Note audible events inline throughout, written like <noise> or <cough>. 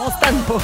On se tanne pas.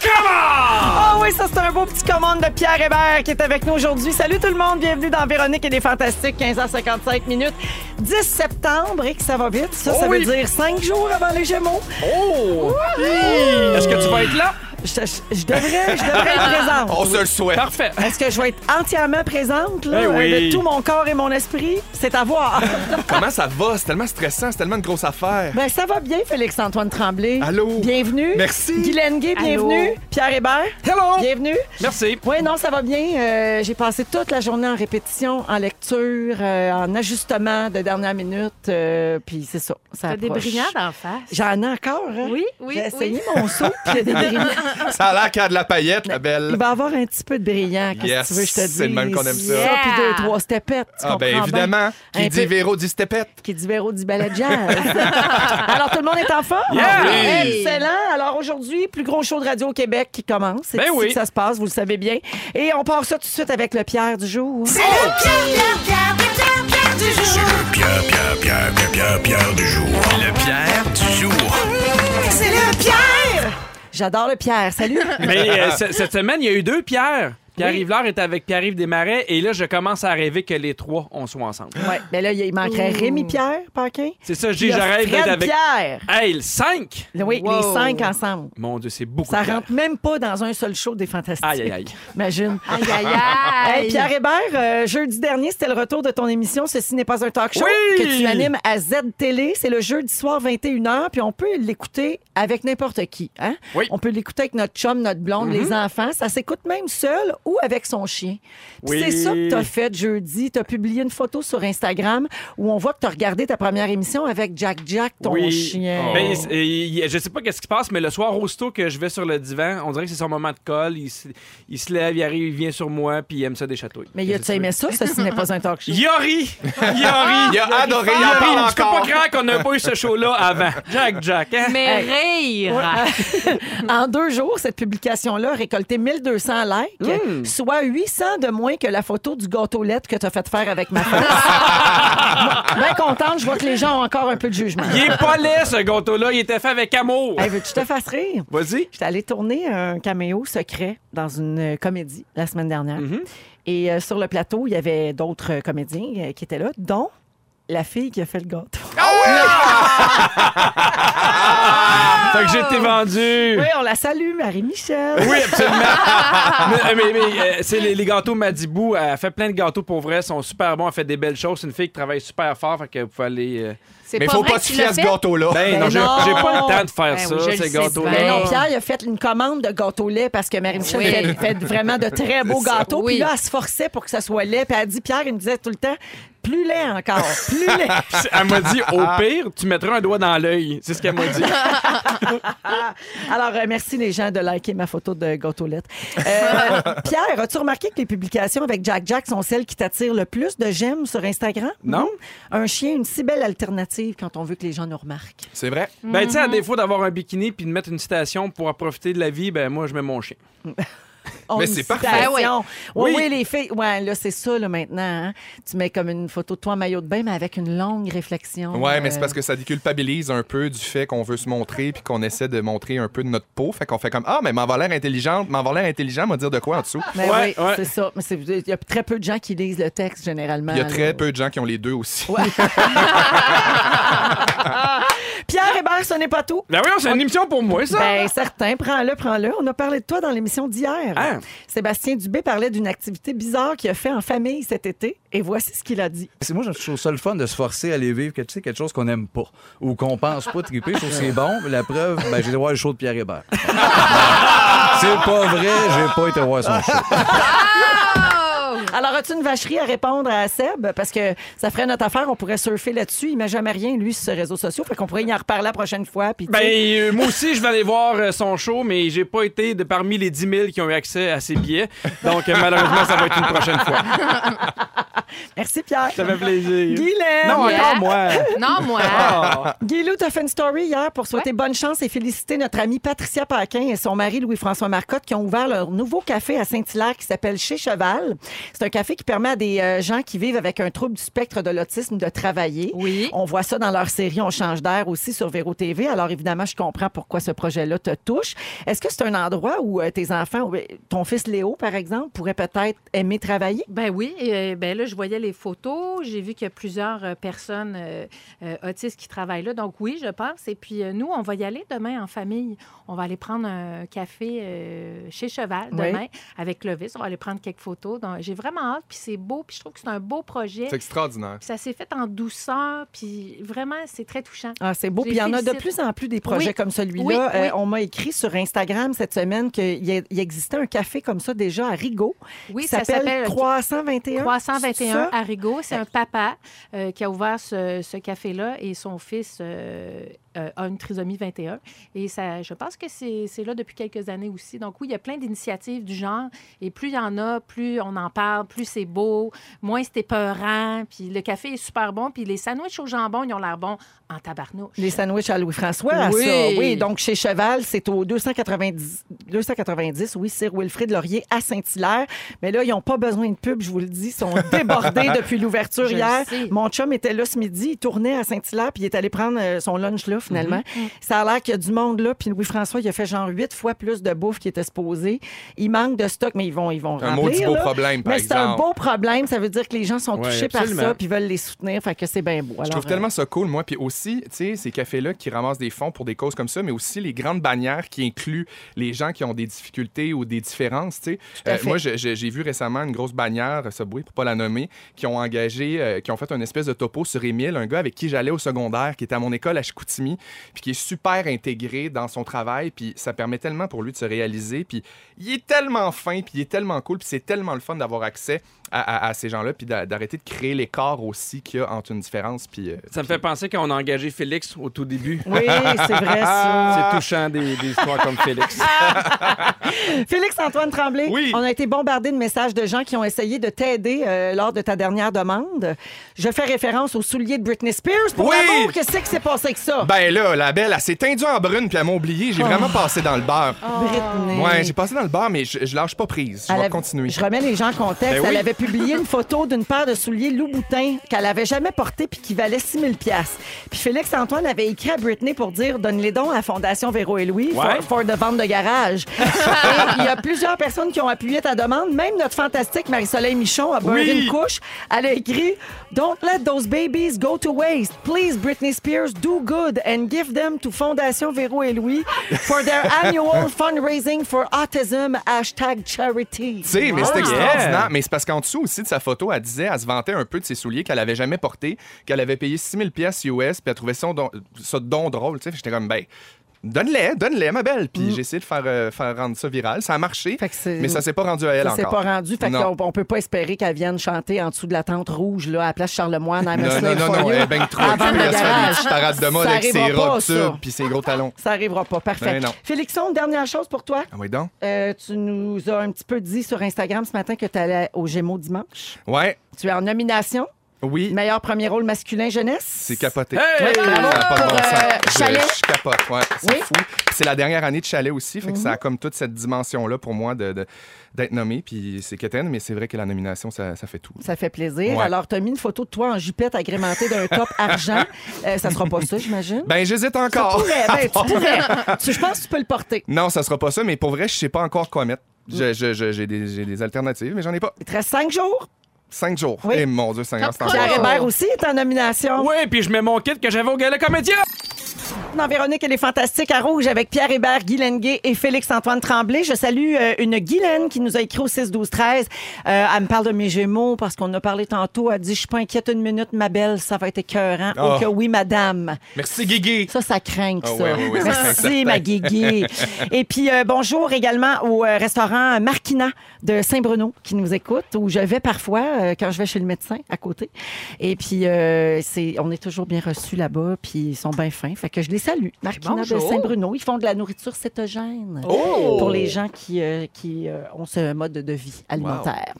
Oh oui, ça c'est un beau petit commande de Pierre Hébert qui est avec nous aujourd'hui. Salut tout le monde, bienvenue dans Véronique et les Fantastiques, 15h55 minutes. 10 septembre et que ça va vite. Ça, ça Oh oui. veut dire 5 jours avant les Gémeaux. Oh! Est-ce que tu vas être là? Je, je- je devrais, je devrais être On présente. se le souhaite. Parfait. Est-ce que je vais être entièrement présente là, Oh! euh, Ben oui. de tout mon corps et mon esprit? C'est à <laughs> voir. Comment ça va? C'est tellement stressant, c'est tellement une grosse affaire. ben, ça va bien, Félix-Antoine Tremblay. Allô? Bienvenue. Merci. Guylaine Gay, bienvenue. Pierre Hébert, Hello! bienvenue. Merci. Oui, non, ça va bien. Euh, J'ai passé toute la journée en répétition, en lecture, euh, en ajustement de dernière minute. euh, puis c'est ça. ça T'as des approche. brillants en face. J'en ai encore. hein? Oui, oui, J'ai essayé oui. mon saut, puis il <laughs> y a des brillants. Ça a l'air qu'il y a de la paillette, la Il belle. va y avoir un petit peu de brillant. Qu'est-ce Yes, que tu veux, que je te dis. c'est le même qu'on aime ça. Ça, puis deux, Yeah. trois stepettes. tu Ah, ben comprends bien. évidemment. Qui Un dit peu. Véro dit stepette. Qui dit Véro dit ballet jazz. Alors, tout le monde est en forme? Ah, Yeah! Oui. Excellent. Alors, aujourd'hui, plus gros show de Radio Québec qui commence. C'est Ben ici oui. que ça se passe, vous le savez bien. Et on part ça tout de suite avec le Pierre du jour. Pierre, Pierre, Pierre, Pierre, Pierre, Pierre du jour. Le Pierre du jour. J'adore le Pierre. Salut. Mais <laughs> euh, ce- cette semaine, il y a eu deux Pierre. Pierre-Yves Laure est avec Pierre-Yves Desmarais et là, je commence à rêver que les trois, on soit ensemble. ouais, mais là, il manquerait Rémi Pierre, Parkin. C'est ça, Puis j'ai il y je a rêve d'être Fred avec. Pierre. Hey, le 5! Oui, les Wow. cinq ensemble. Mon Dieu, c'est beaucoup. Ça de rentre même pas dans un seul show des Fantastiques. euh, Aïe, aïe, aïe. Imagine. Aïe, aïe, Hey, aïe. Pierre Hébert, euh, jeudi dernier, c'était le retour de ton émission Ceci n'est pas un talk show Oui! que tu animes à Z Télé. C'est le jeudi soir 21h, puis on peut l'écouter avec n'importe qui. Hein? Oui. Mm-hmm. On peut l'écouter avec notre chum, notre blonde, les enfants. Ça s'écoute même seul ou avec son chien. Puis Oui. C'est ça que tu as fait jeudi. Tu as publié une photo sur Instagram où on voit que tu as regardé ta première émission avec Jack Jack, ton Oui. chien. Ben, il- il- il- je sais pas qu'est-ce qui se passe, mais le soir, aussitôt que je vais sur le divan, on dirait que c'est son moment de colle. Il, se- il se lève, il arrive, il vient sur moi, puis il aime ça des chatouilles. Mais tu aimé ça? Ceci n'est pas un talk show. <laughs> Yori! Yori! Il a adoré, il en parle Yori! Je peux pas encore. croire qu'on n'a pas eu ce show-là avant. Jack, Jack, hein? Mais Hey. rire. <laughs> En deux jours, cette publication-là a récolté 1200 likes, soit 800 de moins que la photo du gâteau lettre que tu as fait faire avec ma face. Bien contente, je vois que les gens ont encore un peu de jugement. Il est pas laid, ce gâteau-là. Il était fait avec amour. Hey, veux-tu te fasses rire? Vas-y. J'étais allée tourner un caméo secret dans une euh, comédie la semaine dernière. Et euh, sur le plateau, il y avait d'autres euh, comédiens euh, qui étaient là, dont la fille qui a fait le gâteau. Fait que Oh! j'étais vendu. Oui, on la salue, Marie-Michel. Oui, absolument. <laughs> mais mais- mais, euh, c'est les, les gâteaux Madibou. Elle fait plein de gâteaux pour vrai. sont super bons. Elle fait des belles choses. C'est une fille qui travaille super fort. Fait que vous pouvez aller. euh, C'est Mais pas faut vrai pas que se tu fier à l'as ce fait. gâteau-là. Ben, Ben non, j'ai non. j'ai pas le temps de faire Ben ça, oui, je le ces sais gâteaux-là. Mais Ben. non, Pierre, il a fait une commande de gâteau lait parce que Marie-Michel Oui. fait, fait vraiment de très <laughs> beaux gâteaux. Puis Oui. là, elle se forçait pour que ça soit lait. Puis elle dit, Pierre, il me disait tout le temps, plus lait encore, plus <laughs> lait. Elle m'a dit, au pire, tu mettras un doigt dans l'œil. C'est ce qu'elle <laughs> m'a dit. Alors, euh, merci les gens de liker ma photo de gâteau lait. <laughs> Euh, Pierre, as-tu remarqué que les publications avec Jack Jack sont celles qui t'attirent le plus de j'aime sur Instagram? Non. Un chien, une si belle alternative quand on veut que les gens nous remarquent. C'est vrai. Ben, tu sais, Mhm. à défaut d'avoir un bikini puis de mettre une citation pour en profiter de la vie, ben, moi, je mets mon chien. On Mais une c'est parfait. citation. Ben Oui, Oui. oui, les filles. Ouais, là, c'est ça, là, maintenant. hein. Tu mets comme une photo de toi en maillot de bain, mais avec une longue réflexion. euh, Ouais, mais c'est parce que ça déculpabilise un peu du fait qu'on veut se montrer puis qu'on essaie de montrer un peu de notre peau. Fait qu'on fait comme Ah, mais m'en va l'air intelligente, m'en va l'air intelligent, m'a dire de quoi en dessous. Ben Ouais, oui, ouais. c'est ça. Mais c'est- il y a très peu de gens qui lisent le texte, généralement. Il y a là. très peu de gens qui ont les deux aussi. Ouais. Pierre Hébert, ce n'est pas tout. Ben oui, c'est une émission pour moi, ça. Ben, certain. Prends-le, prends-le. On a parlé de toi dans l'émission d'hier. Ah. Sébastien Dubé parlait d'une activité bizarre qu'il a fait en famille cet été. Et voici ce qu'il a dit. C'est moi, je trouve ça le fun de se forcer à aller vivre que, tu sais, quelque chose qu'on n'aime pas ou qu'on pense pas triper. Je trouve que c'est bon. mais La preuve, ben, j'ai été voir le show de <laughs> Pierre Hébert. c'est pas vrai, j'ai pas été voir son show. Alors, as-tu une vacherie à répondre à Seb? Parce que ça ferait notre affaire. On pourrait surfer là-dessus. Il met jamais rien, lui, sur ses réseaux sociaux. Fait qu'on pourrait y en reparler la prochaine fois. Puis, tu Ben, sais, euh, moi aussi, je vais aller voir euh, son show, mais j'ai pas été de parmi les 10 000 qui ont eu accès à ses billets. Donc, euh, malheureusement, ça va être une prochaine fois. Merci, Pierre. Ça fait plaisir. Guylaine! Non, Yeah. encore moi. Non, moi. Ah. euh, Guilou, t'as fait une story hier pour souhaiter bonne chance et féliciter notre amie Patricia Paquin et son mari Louis-François Marcotte qui ont ouvert leur nouveau café à Saint-Hilaire qui s'appelle Chez Cheval. C'est un café qui permet à des euh, gens qui vivent avec un trouble du spectre de l'autisme de travailler. Oui. On voit ça dans leur série On change d'air aussi sur Véro TV. Alors évidemment, je comprends pourquoi ce projet-là te touche. Est-ce que c'est un endroit où euh, tes enfants, ou, euh, ton fils Léo par exemple, pourrait peut-être aimer travailler? Ben oui, euh, ben là, je voyais les photos. J'ai vu qu'il y a plusieurs euh, personnes euh, euh, autistes qui travaillent là. Donc oui, je pense. Et puis euh, nous, on va y aller demain en famille. On va aller prendre un café euh, chez Cheval Oui. demain avec Lovis. On va aller prendre quelques photos. Donc j'ai vraiment hâte. Puis c'est beau. Puis je trouve que c'est un beau projet. C'est extraordinaire. Puis ça s'est fait en douceur. Puis vraiment, c'est très touchant. Ah, c'est beau. Je Puis il y en a de félicite. plus en plus des projets Oui. comme celui-là. Oui, Euh, oui. on m'a écrit sur Instagram cette semaine qu'il y a- il existait un café comme ça déjà à Rigaud. Oui, qui ça s'appelle Croissant 21. C'est 321 ça? à Rigaud. C'est un papa euh, qui a ouvert ce, ce café-là et son fils euh, euh, a une trisomie 21. Et ça, je pense que c'est c'est là depuis quelques années aussi. Donc oui, il y a plein d'initiatives du genre. Et plus il y en a, plus on en parle, plus c'est beau, moins c'est épeurant. Puis le café est super bon. Puis les sandwichs au jambon, ils ont l'air bons en tabarnouche. Les sandwichs à Louis-François, Oui. ça. Oui, donc chez Cheval, c'est au 290, 290 oui, c'est Wilfrid Laurier à Saint-Hilaire. Mais là, ils n'ont pas besoin de pub, je vous le dis. Ils sont <laughs> débordés depuis l'ouverture Je hier. le sais. Mon chum était là ce midi, il tournait à Saint-Hilaire, puis il est allé prendre euh, son lunch là, Mm-hmm. finalement. Ça a l'air qu'il y a du monde là, puis Louis-François, il a fait genre huit fois plus de bouffe qu'il était supposé. Il manque de stock, mais ils vont, ils vont Un remplir, maudit beau là. problème, par Mais c'est un exemple. beau problème, ça veut dire que les gens sont Ouais, touchés par absolument. ça, puis veulent les soutenir, fait que c'est bien beau. Je Alors, trouve euh, tellement ça cool, moi. Puis aussi, tu sais, ces cafés-là qui ramassent des fonds pour des causes comme ça, mais aussi les grandes bannières qui incluent les gens qui ont des difficultés ou des différences, tu sais. à Euh, fait. moi, je- je- j'ai vu récemment une grosse bannière, euh, Subway, pour pas la nommer, qui ont engagé, euh, qui ont fait une espèce de topo sur Émile, un gars avec qui j'allais au secondaire, qui était à mon école à Chicoutimi, puis qui est super intégré dans son travail, puis ça permet tellement pour lui de se réaliser, puis il est tellement fin, puis il est tellement cool, puis c'est tellement le fun d'avoir accès à, à- à ces gens-là, puis d'a- d'arrêter de créer l'écart aussi qu'il y a entre une différence, puis... euh, Ça me fait penser qu'on a engagé Félix au tout début. Oui, c'est vrai, ça. <laughs> Ah, Ah, C'est touchant des, des histoires comme Félix. Félix-Antoine Tremblay, Oui. on a été bombardé de messages de gens qui ont essayé de t'aider euh, lors de ta dernière demande. Je fais référence aux souliers de Britney Spears. Pour Oui. l'amour, qu'est-ce qui s'est passé avec ça? <laughs> Ben là, la belle, elle s'est tendue en brune, puis elle m'a oublié. J'ai vraiment Oh. passé dans le bar. Britney. Ouais, j'ai passé dans le bar, mais je, je lâche pas prise. Je Elle vais avait- continuer. Je remets les gens en contexte. Ben oui. Elle avait publié une photo d'une paire de souliers Louboutin qu'elle avait jamais portée puis qui valait 6 000 Puis Félix Antoine avait écrit à Britney pour dire donne les dons à la Fondation Véro et Louis Ouais. for, for the vente de <laughs> garage. Et Il y a plusieurs personnes qui ont appuyé ta demande. Même notre fantastique Marie-Soleil Michon a beurré Oui. une couche. Elle a écrit Don't let those babies go to waste. Please, Britney Spears, do good and give them to Fondation Véro et Louis for their annual fundraising for autism hashtag charity. Tu sais, mais Ah. c'est Wow. extraordinaire. Yeah. Mais c'est parce qu'en dessous aussi de sa photo, elle disait, elle se vantait un peu de ses souliers qu'elle avait jamais portés, qu'elle avait payé 6000 pièces US, puis elle trouvait son don, ça don drôle. Tu sais, Puis j'étais comme, ben. Donne-les, donne-les, ma belle. Puis j'ai essayé de faire, euh, faire rendre ça viral. Ça a marché, Mm. Fait que c'est- mais ça s'est pas rendu à elle Ça s'est encore. pas rendu. Fait Non. qu'on on peut pas espérer qu'elle vienne chanter en dessous de la tente rouge là, à la place Charlemagne. I'm a Non, non, slave non, for non, you. elle est bien trop Avant occupée le à se faire des garage. petites parades de mode Ça avec ses arrivera pas, robes ça. tubes puis ses gros talons. Ça arrivera pas. Parfait. Ben non. Félixon, dernière chose pour toi. Ah oui, donc? Euh, tu nous as un petit peu dit sur Instagram ce matin que tu allais au Gémeaux dimanche. Ouais, Tu es en nomination. oui. Meilleur premier rôle masculin jeunesse. C'est capoté. Hey! Ça n'a pas de Pour, bon sens. euh, Je- Chalet. Je, capote, ouais. C'est Oui. Mhm. fou. Puis C'est la dernière année de chalet aussi, fait que ça a comme toute cette dimension-là pour moi de, de- d'être nommé. Puis c'est quétaine, mais c'est vrai que la nomination, ça, ça fait tout. Ça fait plaisir. Ouais. Alors, tu as mis une photo de toi en jupette agrémentée d'un <laughs> top argent. Euh, ça sera pas ça, j'imagine. Ben, j'hésite encore. pourrais, ben, tu pourrais. Tu- Je pense que tu peux le porter. <laughs> Non, ça sera pas ça, mais pour vrai, je sais pas encore quoi mettre. Mm. Je- je- je- j'ai, des, j'ai des alternatives, mais j'en ai pas. Il te reste cinq jours. Cinq jours. Oui. Et mon Dieu, Seigneur, c'est Top encore. Pierre Hébert aussi est en nomination. Oui, puis je mets mon kit que j'avais au gala comédien. dans Véronique et les Fantastiques à Rouge avec Pierre Hébert, Guy Lenguet et Félix-Antoine Tremblay. Je salue euh, une Guylaine qui nous a écrit au 6-12-13. Euh, elle me parle de mes Gémeaux parce qu'on a parlé tantôt. Elle dit Je suis pas inquiète une minute, ma belle, ça va être écœurant. Ah. Oh que oui, madame. Merci, Guigui. Ça, ça craint, ça. Ah ouais, ouais, ouais, ça Merci, ma <laughs> Guigui. Et puis, euh, bonjour également au euh, restaurant Marquina de Saint-Bruno qui nous écoute, où je vais parfois euh, quand je vais chez le médecin à côté. Et puis, euh, c'est, on est toujours bien reçus là-bas, puis ils sont bien fins. Fait que je les salue. Marquina de bonjour. Saint-Bruno. Ils font de la nourriture cétogène Oh, pour les gens qui, euh, qui euh, ont ce mode de vie alimentaire.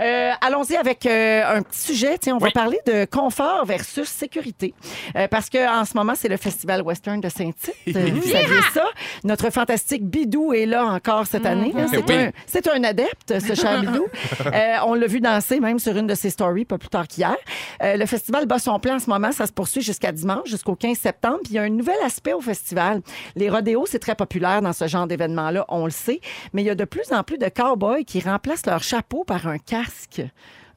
Euh, Allons-y avec euh, un petit sujet. Tiens, on va parler de confort versus sécurité. Euh, parce qu'en ce moment, c'est le Festival Western de Saint-Tite. Euh, Vous saviez ça? Notre fantastique Bidou est là encore cette année. hein. C'est Oui. un- c'est un, adepte, ce cher Bidou. Euh, on l'a vu danser même sur une de ses stories pas plus tard qu'hier. Euh, le festival bat son plan en ce moment. Ça se poursuit jusqu'à dimanche, jusqu'au 15 septembre. Puis il y a un nouvel aspect au festival. Les rodéos, c'est très populaire dans ce genre d'événement-là, on le sait. Mais il y a de plus en plus de cow-boys qui remplacent leur chapeau par un casque.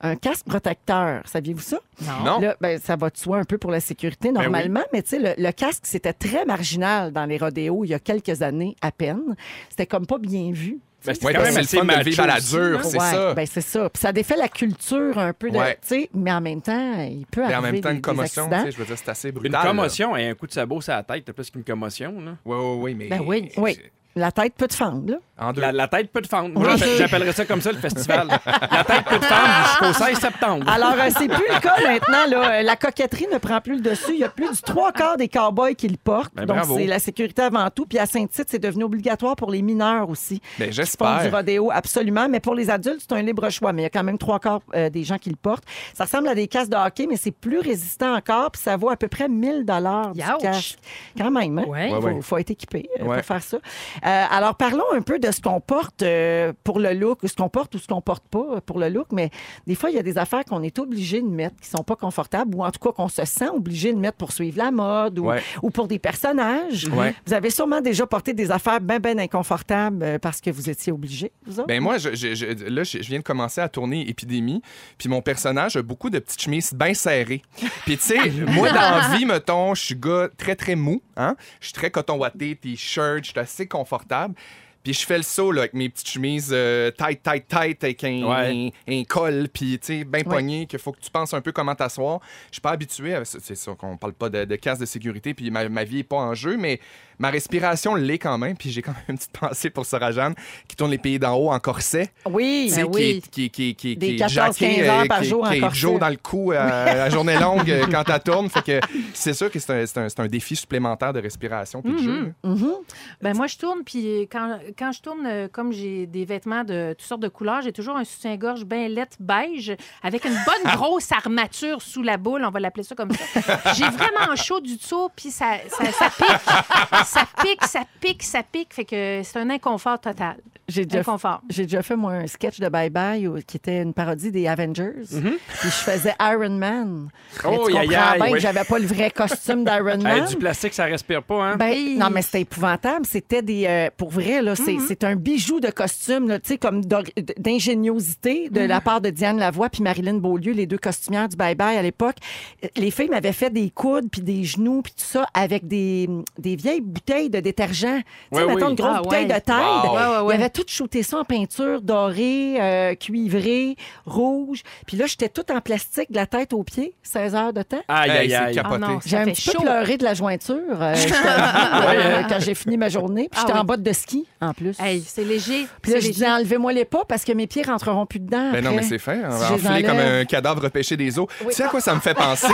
Un casque protecteur. Saviez-vous ça? Non. Là, ben, ça va de soi un peu pour la sécurité Ben normalement, mais tu sais, le, le casque, c'était très marginal dans les rodéos il y a quelques années à peine. C'était comme pas bien vu. Ben, c'est Ouais, quand parce même que assez c'est le fun de le vivre à la macho aussi, dure, là. c'est Ouais, ça. Ben c'est ça. Puis ça défait la culture un peu de, Ouais. tu sais, mais en même temps, il peut Et arriver en même temps, des, une commotion, des tu accidents. sais, je veux dire, c'est assez Une brutal. commotion et un coup de sabot sur la tête, t'as plus qu'une commotion. Là. Oui, oui, oui, mais. Ben oui. Oui, la tête peut te fendre. là. En deux. La, la tête peut te fendre. Moi, j'appelle- J'appellerais ça comme ça le festival. la tête peut te fendre jusqu'au 16 septembre. Alors, euh, c'est plus le <laughs> cas maintenant. Là. Euh, La coquetterie ne prend plus le dessus. Il y a plus du trois quarts des cowboys qui le portent. Ben, Donc, bravo. c'est la sécurité avant tout. Puis à Saint-Tite, c'est devenu obligatoire pour les mineurs aussi. Ben, qui font du j'espère. rodéo, absolument. Mais pour les adultes, c'est un libre choix. Mais il y a quand même trois quarts euh, des gens qui le portent. Ça ressemble à des casques de hockey, mais c'est plus résistant encore. Puis ça vaut à peu près 1000 dollars du Youch. casque. Quand même, hein? Ouais. Ouais, ouais. faut, faut être équipé euh, Ouais. pour faire ça. Euh, alors, parlons un peu de ce qu'on porte euh, pour le look, ce qu'on porte ou ce qu'on porte pas euh, pour le look. Mais des fois, il y a des affaires qu'on est obligé de mettre qui sont pas confortables ou en tout cas qu'on se sent obligé de mettre pour suivre la mode ou, Ouais. ou pour des personnages. Ouais. Vous avez sûrement déjà porté des affaires bien, bien inconfortables euh, parce que vous étiez obligé, vous autres? Ben moi, je, je- je- là, je, je viens de commencer à tourner Épidémie, puis mon personnage a beaucoup de petites chemises bien serrées. Puis tu sais, moi, dans la vie, mettons, je suis gars très, très mou, hein? Je suis très coton watté, t-shirt, je suis assez confortable. Puis je fais le saut là, avec mes petites chemises euh, tight, tight, tight, avec un, Ouais. un- un col, puis tu sais, bien pogné, qu'il faut que tu penses un peu comment t'asseoir. Je suis pas habitué à ça. C'est sûr qu'on parle pas de, de casse de sécurité, puis ma, ma vie est pas en jeu, mais ma respiration l'est quand même, puis j'ai quand même une petite <laughs> pensée pour Sarah Jeanne qui tourne les pays d'en haut en corset. Oui, Tu sais, Ben oui. qui, est- qui, est- qui, est- qui, Des est 14, jacké, 15 heures par qui est- jour en qui est corset. Joe dans le cou euh, à <laughs> la journée longue euh, quand elle tourne. Fait que c'est sûr que c'est un, c'est un- c'est un défi supplémentaire de respiration Mm-hmm. puis de jeu. là. Ben moi, je tourne, puis quand, quand je tourne, euh, comme j'ai des vêtements de toutes sortes de couleurs, j'ai toujours un soutien-gorge bien lait beige avec une bonne grosse armature sous la boule, on va l'appeler ça comme ça. J'ai vraiment chaud du tout, puis ça, ça, ça pique, ça pique, ça pique, ça pique, fait que c'est un inconfort total. j'ai déjà Inconfort. J'ai déjà fait, moi, un sketch de Bye Bye où- qui était une parodie des Avengers. Mm-hmm. Puis je faisais Iron Man. Mais Oh, tu comprends aïe, aïe, bien que oui. j'avais pas le vrai costume d'Iron Hey, Man. du plastique, ça respire pas. Hein? Ben, Hey. non, mais c'était épouvantable. C'était des. euh, pour vrai, là, c'est Mm-hmm. c'est un bijou de costume, là, tu sais, comme d'or- d'ingéniosité de Mm-hmm. la part de Diane Lavoie puis Marilyn Beaulieu, les deux costumières du Bye Bye à l'époque. Euh, Les filles m'avaient fait des coudes puis des genoux puis tout ça avec des, des vieilles bouteilles de détergent. Tu sais, Ouais, mettons oui. une grosse Ah, bouteille ouais. de Tide. Wow. Ouais, ouais, ouais. Ils avaient tout shooté ça en peinture dorée, euh, cuivrée, rouge. Puis là, j'étais toute en plastique de la tête aux pieds, 16 heures de temps. Aïe, Hey, aïe, c'est aïe. capoté. Ah non, J'ai ça un fait petit peu chaud. pleuré de la jointure <laughs> euh, j'étais à vous, euh, Ouais, quand j'ai fini ma journée. Puis Ah j'étais en oui. botte de ski, en plus. Hey, c'est léger. Puis là, c'est je léger. disais, enlevez-moi les pas parce que mes pieds rentreront plus dedans. Ben non, après. mais c'est fait. Si je les enfilé comme enlève. un cadavre repêché des eaux. Tu sais à quoi ça me <laughs> fait penser?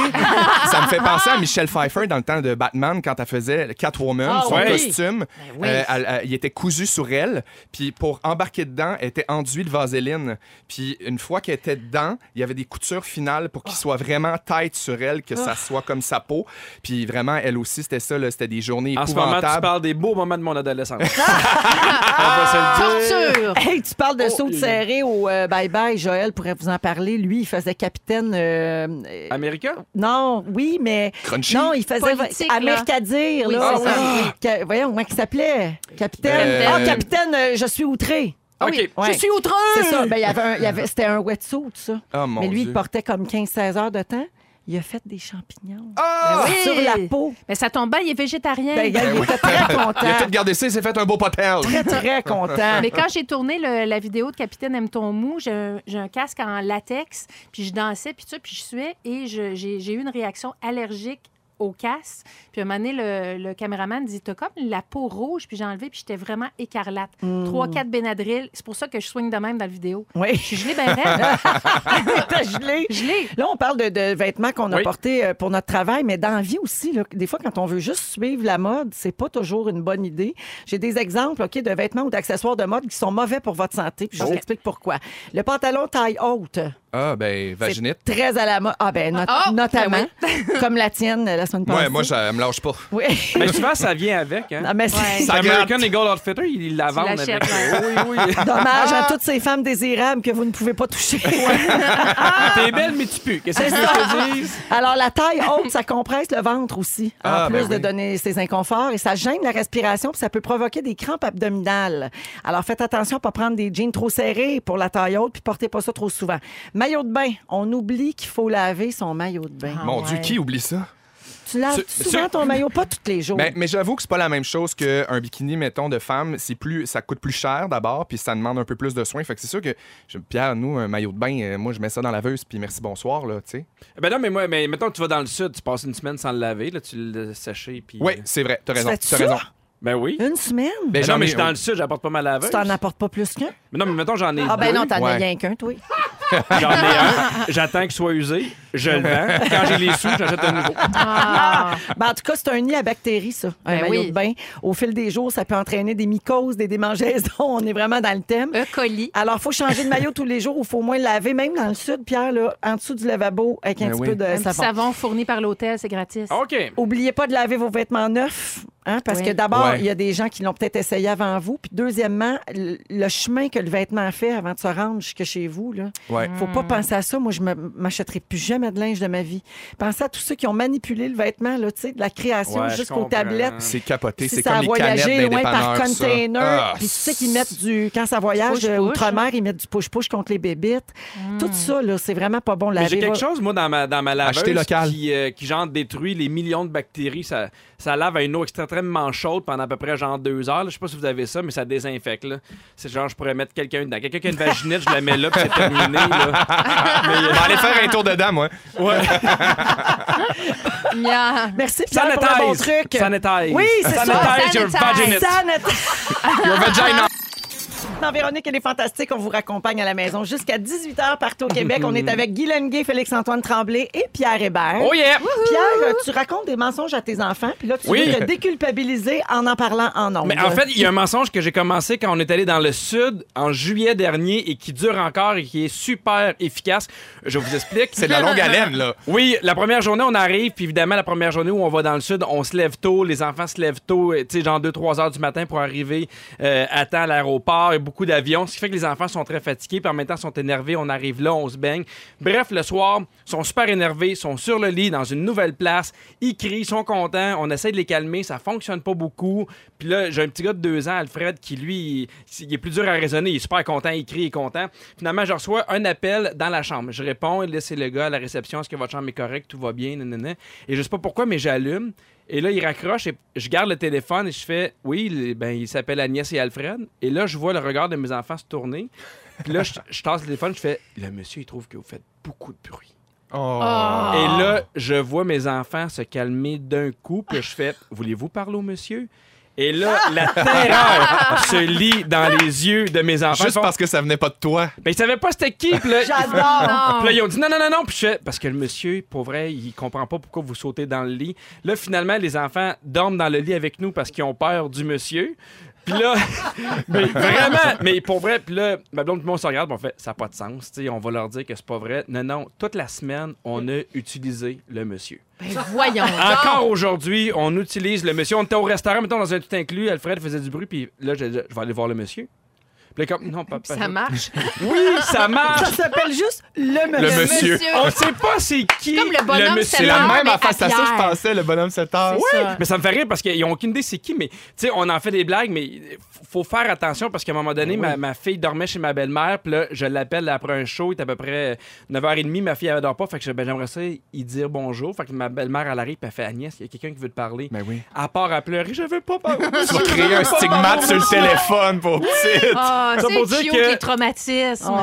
ça me fait penser à Michelle Pfeiffer dans le temps de Batman quand elle faisait Catwoman, Ah son oui. costume. Ben oui. euh, elle- elle- il était cousu sur elle. Puis pour embarquer dedans, elle était enduite de vaseline. Puis une fois qu'elle était dedans, il y avait des coutures finales pour Ah. qu'il soit vraiment tight sur elle, que ça soit comme sa peau. Puis vraiment, elle aussi, c'était ça. là, C'était des journées En ce moment, tu épouvantables. parles des beaux moments de <laughs> mon adolescence. On va se le dire. Torture! <laughs> Hey, tu parles de saut de serré au euh, bye-bye. Joël pourrait vous en parler. Lui, il faisait capitaine. euh, euh, America? non, oui, mais. Crunchy? Non, il faisait Politique, là. Americadir. Oui, là. c'est ça. Ah, ca- voyons, comment il s'appelait? Capitaine. Euh, Ah, capitaine, euh, je suis outré. Ah OK. Ouais. Je suis outreux! C'est ça. Ben, il y avait un- il y avait- C'était un wetsuit, ça. Ah, mon mais lui, Dieu. il portait comme 15-16 heures de temps. il a fait des champignons Ah! Ben oui! sur la peau. Mais ça tombe bien, il est végétarien. Ben, il était très Il a content. tout gardé ça, il s'est fait un beau potel. Très, très content. Mais quand j'ai tourné le- la vidéo de Capitaine aime ton mou, j'ai un, j'ai un casque en latex, puis je dansais, puis tout ça, puis je suais, et je- j'ai j'ai eu une réaction allergique au casque. Puis à un moment donné, le, le caméraman dit T'as comme la peau rouge, puis j'ai enlevé, puis j'étais vraiment écarlate. Trois, quatre Benadryl. C'est pour ça que je soigne de même dans la vidéo. Oui, <laughs> Je suis gelée, ben raide. t'as gelé. gelée. Là, on parle de, de vêtements qu'on a Oui. portés euh, pour notre travail, mais dans la vie aussi, là, des fois, quand on veut juste suivre la mode, c'est pas toujours une bonne idée. J'ai des exemples OK, de vêtements ou d'accessoires de mode qui sont mauvais pour votre santé, puis je vous explique pourquoi. Le pantalon taille haute, Ah, ben, vaginite. c'est très à la mode. Ah, ben, not- Ah, notamment, ben comme la tienne euh, la semaine passée. Ouais, moi, ça me lâche pas. Oui. Mais souvent, ça vient avec. Hein? Non, Ah, mais Ouais. c'est Ça American Eagle Outfitter, il la vend avec. euh, l'achètes, Oui, oui. <laughs> dommage à toutes ces femmes désirables que vous ne pouvez pas <laughs> toucher. T'es belle, mais tu pues. Qu'est-ce que tu veux que je te dise? Alors, la taille haute, ça compresse le ventre aussi, en Ah, plus ben de oui. donner ces inconforts. Et ça gêne la respiration, puis ça peut provoquer des crampes abdominales. Alors, faites attention à pas prendre des jeans trop serrés pour la taille haute, puis portez pas ça trop souvent. Maillot de bain, on oublie qu'il faut laver son maillot de bain. Ah. Mon Dieu, ouais. qui oublie ça? Tu laves Ce- souvent ce- Ben, ton maillot, pas tous les jours. Mais, mais j'avoue que c'est pas la même chose qu'un bikini, mettons, de femme. C'est plus, ça coûte plus cher d'abord, puis ça demande un peu plus de soins. Fait que c'est sûr que, je- Pierre, nous, un maillot de bain, euh, moi, je mets ça dans la veuse, puis merci, bonsoir, là, tu sais. Ben non, mais moi, mais mettons que tu vas dans le sud, tu passes une semaine sans le laver, là, tu le sécher, puis. euh, Oui, c'est vrai, t'as raison. fais-tu T'as ça? raison. Ben oui. Une semaine? Ben, Mais non, j'en mais ai- je suis dans le sud, j'apporte pas ma laveuse. Hein? Tu t'en apportes pas plus qu'un? Mais non, mais mettons, j'en ai Ah ben deux. non, t'en as Ouais. rien qu'un, toi. J'en ai un. J'attends qu'il soit usé. Je le <laughs> vends. Quand j'ai les sous, j'achète un nouveau. Ah. Ben, en tout cas, c'est un nid à bactéries, ça, un Ben maillot oui. de bain. Au fil des jours, ça peut entraîner des mycoses, des démangeaisons. <laughs> On est vraiment dans le thème. E. coli. Alors, faut changer de maillot tous les jours ou faut au moins le laver, même dans le sud, Pierre, là, en dessous du lavabo, avec un Ben petit oui. peu de Un petit savon. savon fourni par l'hôtel, c'est gratis. Oh. OK. Oubliez pas de laver vos vêtements neufs, hein, parce Oui. que d'abord, Ouais. il y a des gens qui l'ont peut-être essayé avant vous. Puis deuxièmement, le, le chemin que le vêtement fait avant de se rendre jusque chez vous, là. Ouais. Faut pas penser à ça. Moi, je me- m'achèterai plus jamais de linge de ma vie. Pensez à tous ceux qui ont manipulé le vêtement, là, tu sais, de la création Ouais, je jusqu'aux comprends. tablette. C'est capoté, Si c'est ça comme a les canettes voyagé des loin par dépanneurs, ça. container. Ah, Puis tu sais qu'ils mettent du. Quand ça voyage Push-push, euh, outre-mer, ils mettent du push-push contre les bébites. Tout ça, là, c'est vraiment pas bon. Mais la j'ai quelque chose, moi, dans ma, dans ma laveuse Acheter local. Qui, euh, qui, genre, détruit les millions de bactéries. Ça, ça lave à une eau extrêmement chaude pendant à peu près, genre, deux heures. là. Je sais pas si vous avez ça, mais ça désinfecte. là. C'est genre, je pourrais mettre quelqu'un dedans. Quelqu'un qui a une vaginette, je la mets là, puis c'est terminé. là. euh, Ah! On va aller faire un tour dedans, moi. Mia. Ah. Merci Pierre, pour le bon Sanitize. truc. Sanitize. Oui, c'est ça. Sanitize your Sanitize. vaginette. Sanit- Your vagina. Non, Véronique, elle est fantastique. On vous raccompagne à la maison jusqu'à 18h partout au Québec. On est avec Guy Lenguet, Félix-Antoine Tremblay et Pierre Hébert. Oh yeah! Pierre, euh, tu racontes des mensonges à tes enfants, puis là, tu Oui. veux te déculpabiliser en en parlant en ondes. Mais en fait, il y a un mensonge que j'ai commencé quand on est allé dans le sud en juillet dernier et qui dure encore et qui est super efficace. Je vous explique. C'est de la longue haleine, là. Oui, la première journée, on arrive, puis évidemment, la première journée où on va dans le sud, on se lève tôt, les enfants se lèvent tôt, euh, tu sais, genre 2-3 heures du matin pour arriver euh, à temps à l'aéroport, et beaucoup d'avions, ce qui fait que les enfants sont très fatigués, puis en même temps, sont énervés, on arrive là, on se baigne. Bref, le soir, ils sont super énervés, sont sur le lit, dans une nouvelle place, ils crient, sont contents, on essaie de les calmer, ça fonctionne pas beaucoup, puis là, j'ai un petit gars de 2 ans, Alfred, qui lui, il, il est plus dur à raisonner, il est super content, il crie, il est content. Finalement, je reçois un appel dans la chambre. Je réponds, laissez le gars à la réception, est-ce que votre chambre est correcte, tout va bien, nanana. Et je sais pas pourquoi, mais j'allume. Et là, il raccroche et je garde le téléphone et je fais, oui, il- ben, il s'appelle Agnès et Alfred. Et là, je vois le regard de mes enfants se tourner. Puis là, je, je tasse le téléphone, je fais, le monsieur, il trouve que vous faites beaucoup de bruit. Ah! Oh. Et là, je vois mes enfants se calmer d'un coup, puis je fais Voulez-vous parler au monsieur Et là, Ah! la terreur se lit dans les yeux de mes enfants. Juste Ils font, parce que ça venait pas de toi. Ben, ils savaient pas c'était qui, puis là, J'adore. Ah. Ah, Ah. puis là, ils ont dit non, non, non, non. Puis je fais, parce que le monsieur, pour vrai, il comprend pas pourquoi vous sautez dans le lit. Là, finalement, les enfants dorment dans le lit avec nous parce qu'ils ont peur du monsieur. Puis là, <laughs> mais vraiment, mais pour vrai, puis là, ma blonde, puis moi, on se regarde, puis on fait, ça n'a pas de sens, tu sais, on va leur dire que c'est pas vrai. Non, non, toute la semaine, on a utilisé le monsieur. Ben, voyons. Encore aujourd'hui, on utilise le monsieur. On était au restaurant, mettons, dans un tout inclus. Alfred faisait du bruit, puis là, je, je vais aller voir le monsieur. Puis là, comme, non, papa. Ça marche. Oui, ça Ça marche. s'appelle juste le monsieur. Le monsieur. On sait pas c'est qui. Comme le bonhomme monsieur. C'est la Non, même mais affaire. C'est à ça que je Pierre. pensais, le bonhomme 7 heures. C'est ça. Mais ça me fait rire parce qu'ils n'ont aucune idée c'est qui, mais tu sais, on en fait des blagues, mais f- faut faire attention parce qu'à un moment donné, ma, ma fille dormait chez ma belle-mère, puis là, je l'appelle après un show, il est à peu près 9h30, ma fille, elle dort pas, fait que je- ben, j'aimerais ça y dire bonjour. Fait que ma belle-mère, elle arrive, puis elle fait Agnès, il y a quelqu'un qui veut te parler. Mais oui. À part à pleurer, je veux pas parler. Tu vas créer un stigmate sur le téléphone pour petite. Ah, Ça c'est pour Chio dire qui que- est traumatisme.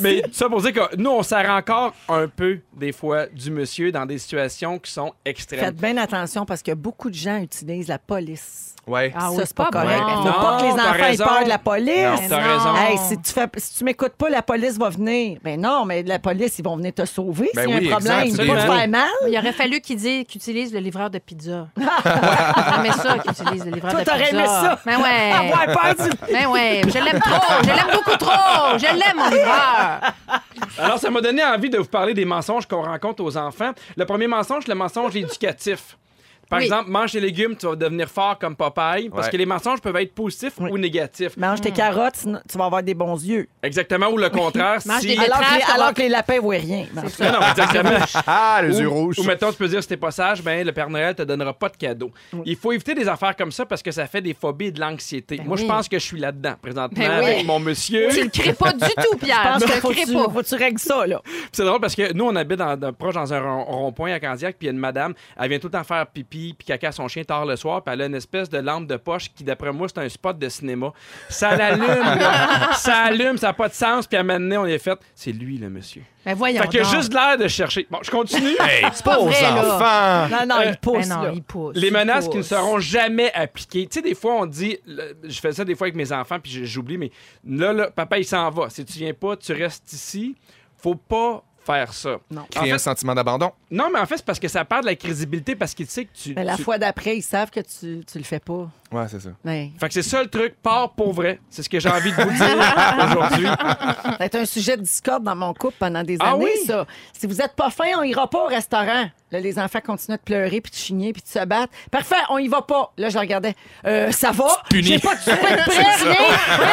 Mais ça pour dire que nous, on sert encore un peu, des fois, du monsieur dans des situations qui sont extrêmes. Faites bien attention parce que beaucoup de gens utilisent la police. Ouais. Ah oui, ça, c'est pas bon. correct. Faut Non, pas que les t'as enfants aient raison. peur de la police. Non, t'as raison. Hey, si tu fais, si tu m'écoutes pas, la police va venir. Mais non, mais la police, ils vont venir te sauver Ben s'il y a oui, un problème. exact, Ils vont te absolument. faire mal. Il aurait fallu qu'il dise qu'il utilise le livreur <laughs> de pizza. mais ça qu'il utilise le livreur Toi, de pizza. t'aurais aimé ça. Ah, Mais ouais. Avoir peur du- Mais ouais, je l'aime trop, je l'aime beaucoup trop, je l'aime mon livreur. Alors, ça m'a donné envie de vous parler des mensonges qu'on rencontre aux enfants. Le premier mensonge, le mensonge éducatif. Par Oui. exemple, mange des légumes, tu vas devenir fort comme Popeye, parce Ouais. que les mensonges peuvent être positifs ou négatifs. Mange tes carottes, sinon tu vas avoir des bons yeux. Exactement, ou le contraire. Mange si... des légumes. Alors, que les, trash, alors comment- que les lapins voient rien. Non, non, exactement. <laughs> Ah, les yeux Ou- rouges. Ou mettons, tu peux dire si t'es pas sage, ben le Père Noël te donnera pas de cadeau. Il faut éviter des affaires comme ça parce que ça fait des phobies et de l'anxiété. Moi, je Ben oui. pense que je suis là-dedans présentement Ben oui. avec mon monsieur. Tu le crées pas du tout, Pierre. Je pense Tu qu'il le faut, crées que tu- pas. faut que tu règles ça, là. Puis c'est drôle parce que nous, on habite dans, dans- proche dans un rond- rond-point à Candiac, puis il y a une madame, elle vient tout le temps faire pipi puis caca à son chien tard le soir, puis elle a une espèce de lampe de poche qui, d'après moi, c'est un spot de cinéma. Ça l'allume, là. ça allume, ça n'a pas de sens, puis à un moment donné, on est fait, c'est lui, le monsieur. Mais Ben voyons. Fait que donc. juste l'air de chercher. Bon, je continue. c'est pas vrai, là. Enfant. Non, non, ils poussent, Mais ben non, là. il pousse. Les il menaces qui ne pousse. seront jamais appliquées. Tu sais, des fois, on dit, le- je fais ça des fois avec mes enfants, puis j- j'oublie, mais là, là, papa, il s'en va. Si tu viens pas, tu restes ici. Faut pas faire ça. Non. En Créer un fait, sentiment d'abandon. Non, mais en fait, c'est parce que ça perd de la crédibilité parce qu'il sait que tu. Mais la tu- fois d'après, ils savent que tu, tu le fais pas. Ben, Ouais, c'est ça. Mais... Fait que c'est ça le truc, part pour vrai. C'est ce que j'ai envie de <laughs> vous dire aujourd'hui. Ça a été un sujet de discorde dans mon couple pendant des Ah années, oui? ça. Si vous êtes pas fin, on ira pas au restaurant. Là, les enfants continuent de pleurer, puis de chigner, puis de se battre. Parfait, on y va pas. Là, je le regardais. Euh, ça va? J'ai pas de souper de <laughs> prêt, rien.